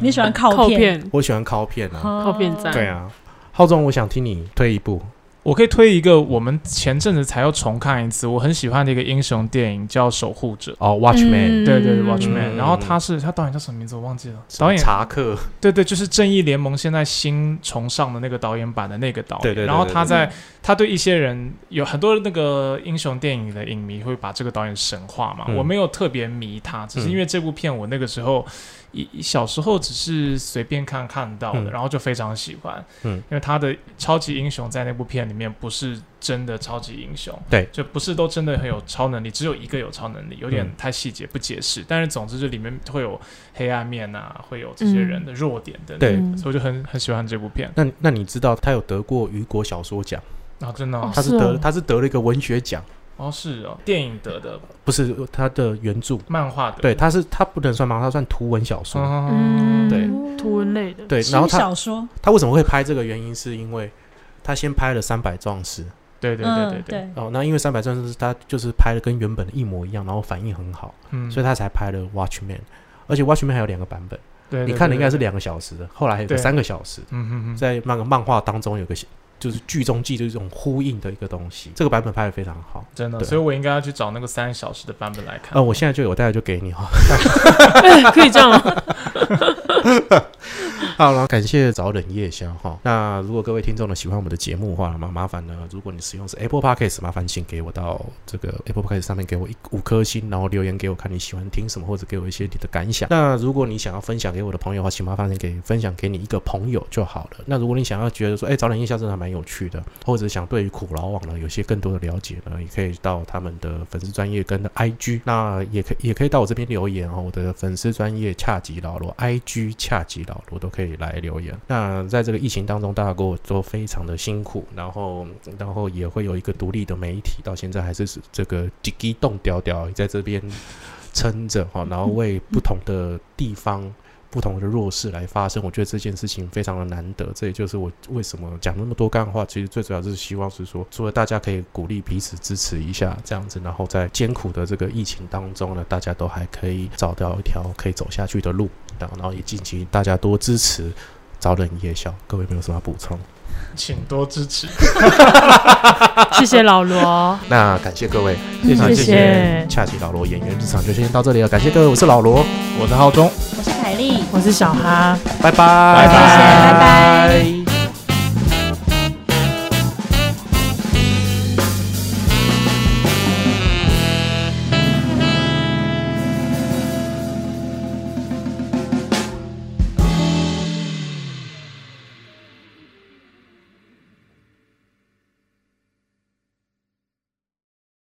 S4: 你喜欢靠
S2: 靠
S4: 片，
S2: 片，
S1: 我喜欢靠片啊，
S4: 哦
S2: 靠片赞
S1: 对啊。浩中，我想听你推一部，
S3: 我可以推一个我们前阵子才要重看一次，我很喜欢的一个英雄电影叫《守护者》。
S1: 哦，Watchman，
S2: 嗯
S3: 对对对，Watchman，、
S1: 嗯
S3: 然后他是他导演叫什么名字我忘记了，导演
S1: 查克，
S3: 对对，就是《正义联盟》现在新崇尚的那个导演版的那个导演。
S1: 对对对
S3: 然后他
S1: 对
S3: 在他对一些人有很多那个英雄电影的影迷会把这个导演神化嘛。
S1: 嗯
S3: 我没有特别迷他，只是因为这部片我那个时候一小时候只是随便看看到的，
S1: 嗯
S3: 然后就非常喜欢。
S1: 嗯
S3: 因为他的超级英雄在那部片里面不是真的超级英雄，
S1: 对
S3: 就不是都真的很有超能力，只有一个有超能力，有点
S1: 嗯
S3: 太细节不解释。但是总之，这里面会有黑暗面啊，会有这些人的弱点等等，
S1: 对
S2: 嗯
S3: 所以我就很很喜欢这部片
S1: 那那你知道他有得过雨果小说奖，
S3: 啊，真的哦
S2: 哦
S1: 他是
S2: 是
S1: 得
S2: 哦
S1: 他是得了一个文学奖，
S3: 哦是哦，电影得的，
S1: 不是他的原著，
S3: 漫画的，
S1: 对，他是他不能算漫画，他算图文小说。
S2: 嗯，
S3: 嗯，
S1: 对
S2: 图文类的，
S1: 对，
S4: 轻
S1: 然后他
S4: 小说，
S1: 他为什么会拍这个原因，是因为他先拍了《三百壮士》，
S3: 对对对对
S4: 嗯，
S3: 对，
S4: 对，
S1: 哦，那因为《三百壮士》他就是拍的跟原本的一模一样，然后反应很好，
S3: 嗯
S1: 所以他才拍了《Watchman》，而且《Watchman》还有两个版本，
S3: 对，
S1: 你
S3: 对
S1: 看的应该，是
S3: 对对
S1: 两个小时的，后来还有个
S3: 对
S1: 三个小时的。
S3: 嗯嗯嗯，
S1: 在那个漫画当中有个就是剧中记的一种呼应的一个东西，这个版本拍的非常好。
S3: 真的，
S1: 对
S3: 所以我应该要去找那个三小时的版本来看。
S1: 呃，我现在就有，待会就给你哈。
S2: 哎，可以这样哦，
S1: 好了，感谢早冷夜宵哈。那如果各位听众呢喜欢我们的节目的话，麻麻烦呢，如果你使用是 Apple Podcast，麻烦请给我到这个 Apple Podcast 上面给我一五颗星，然后留言给我看你喜欢听什么，或者给我一些你的感想。那如果你想要分享给我的朋友的话，请麻烦给分享给你一个朋友就好了。那如果你想要觉得说，哎、早冷夜宵真的还蛮有趣的，或者想对于苦劳网呢有些更多的了解呢，也可以到他们的粉丝专业跟 IG，那也可也可以到我这边留言哦。我的粉丝专业恰吉老罗，IG 恰吉老罗都可以来留言。那在这个疫情当中，大家跟我都非常的辛苦，然后然后也会有一个独立的媒体，到现在还是这个叽叽动调调在这边撑着哈，然后为不同的地方。不同的弱势来发生，我觉得这件事情非常的难得。这也就是我为什么讲那么多干话，其实最主要是希望是说，除了大家可以鼓励彼此支持一下这样子，然后在艰苦的这个疫情当中呢，大家都还可以找到一条可以走下去的路，然后然后也敬请大家多支持。早冷夜宵，各位有没有什么要补充？
S3: 请多支持。
S2: 谢谢老罗，
S1: 那感谢各位，
S4: 嗯
S1: 那
S2: 谢
S1: 谢
S2: 谢
S1: 恰吉老罗演员日常就先到这里了，感谢各位，我是老罗，
S3: 我是浩中，
S4: 我是凯莉，
S2: 我是小哈。
S1: 拜拜，
S3: 拜
S4: 谢谢，
S3: 拜
S4: 拜拜。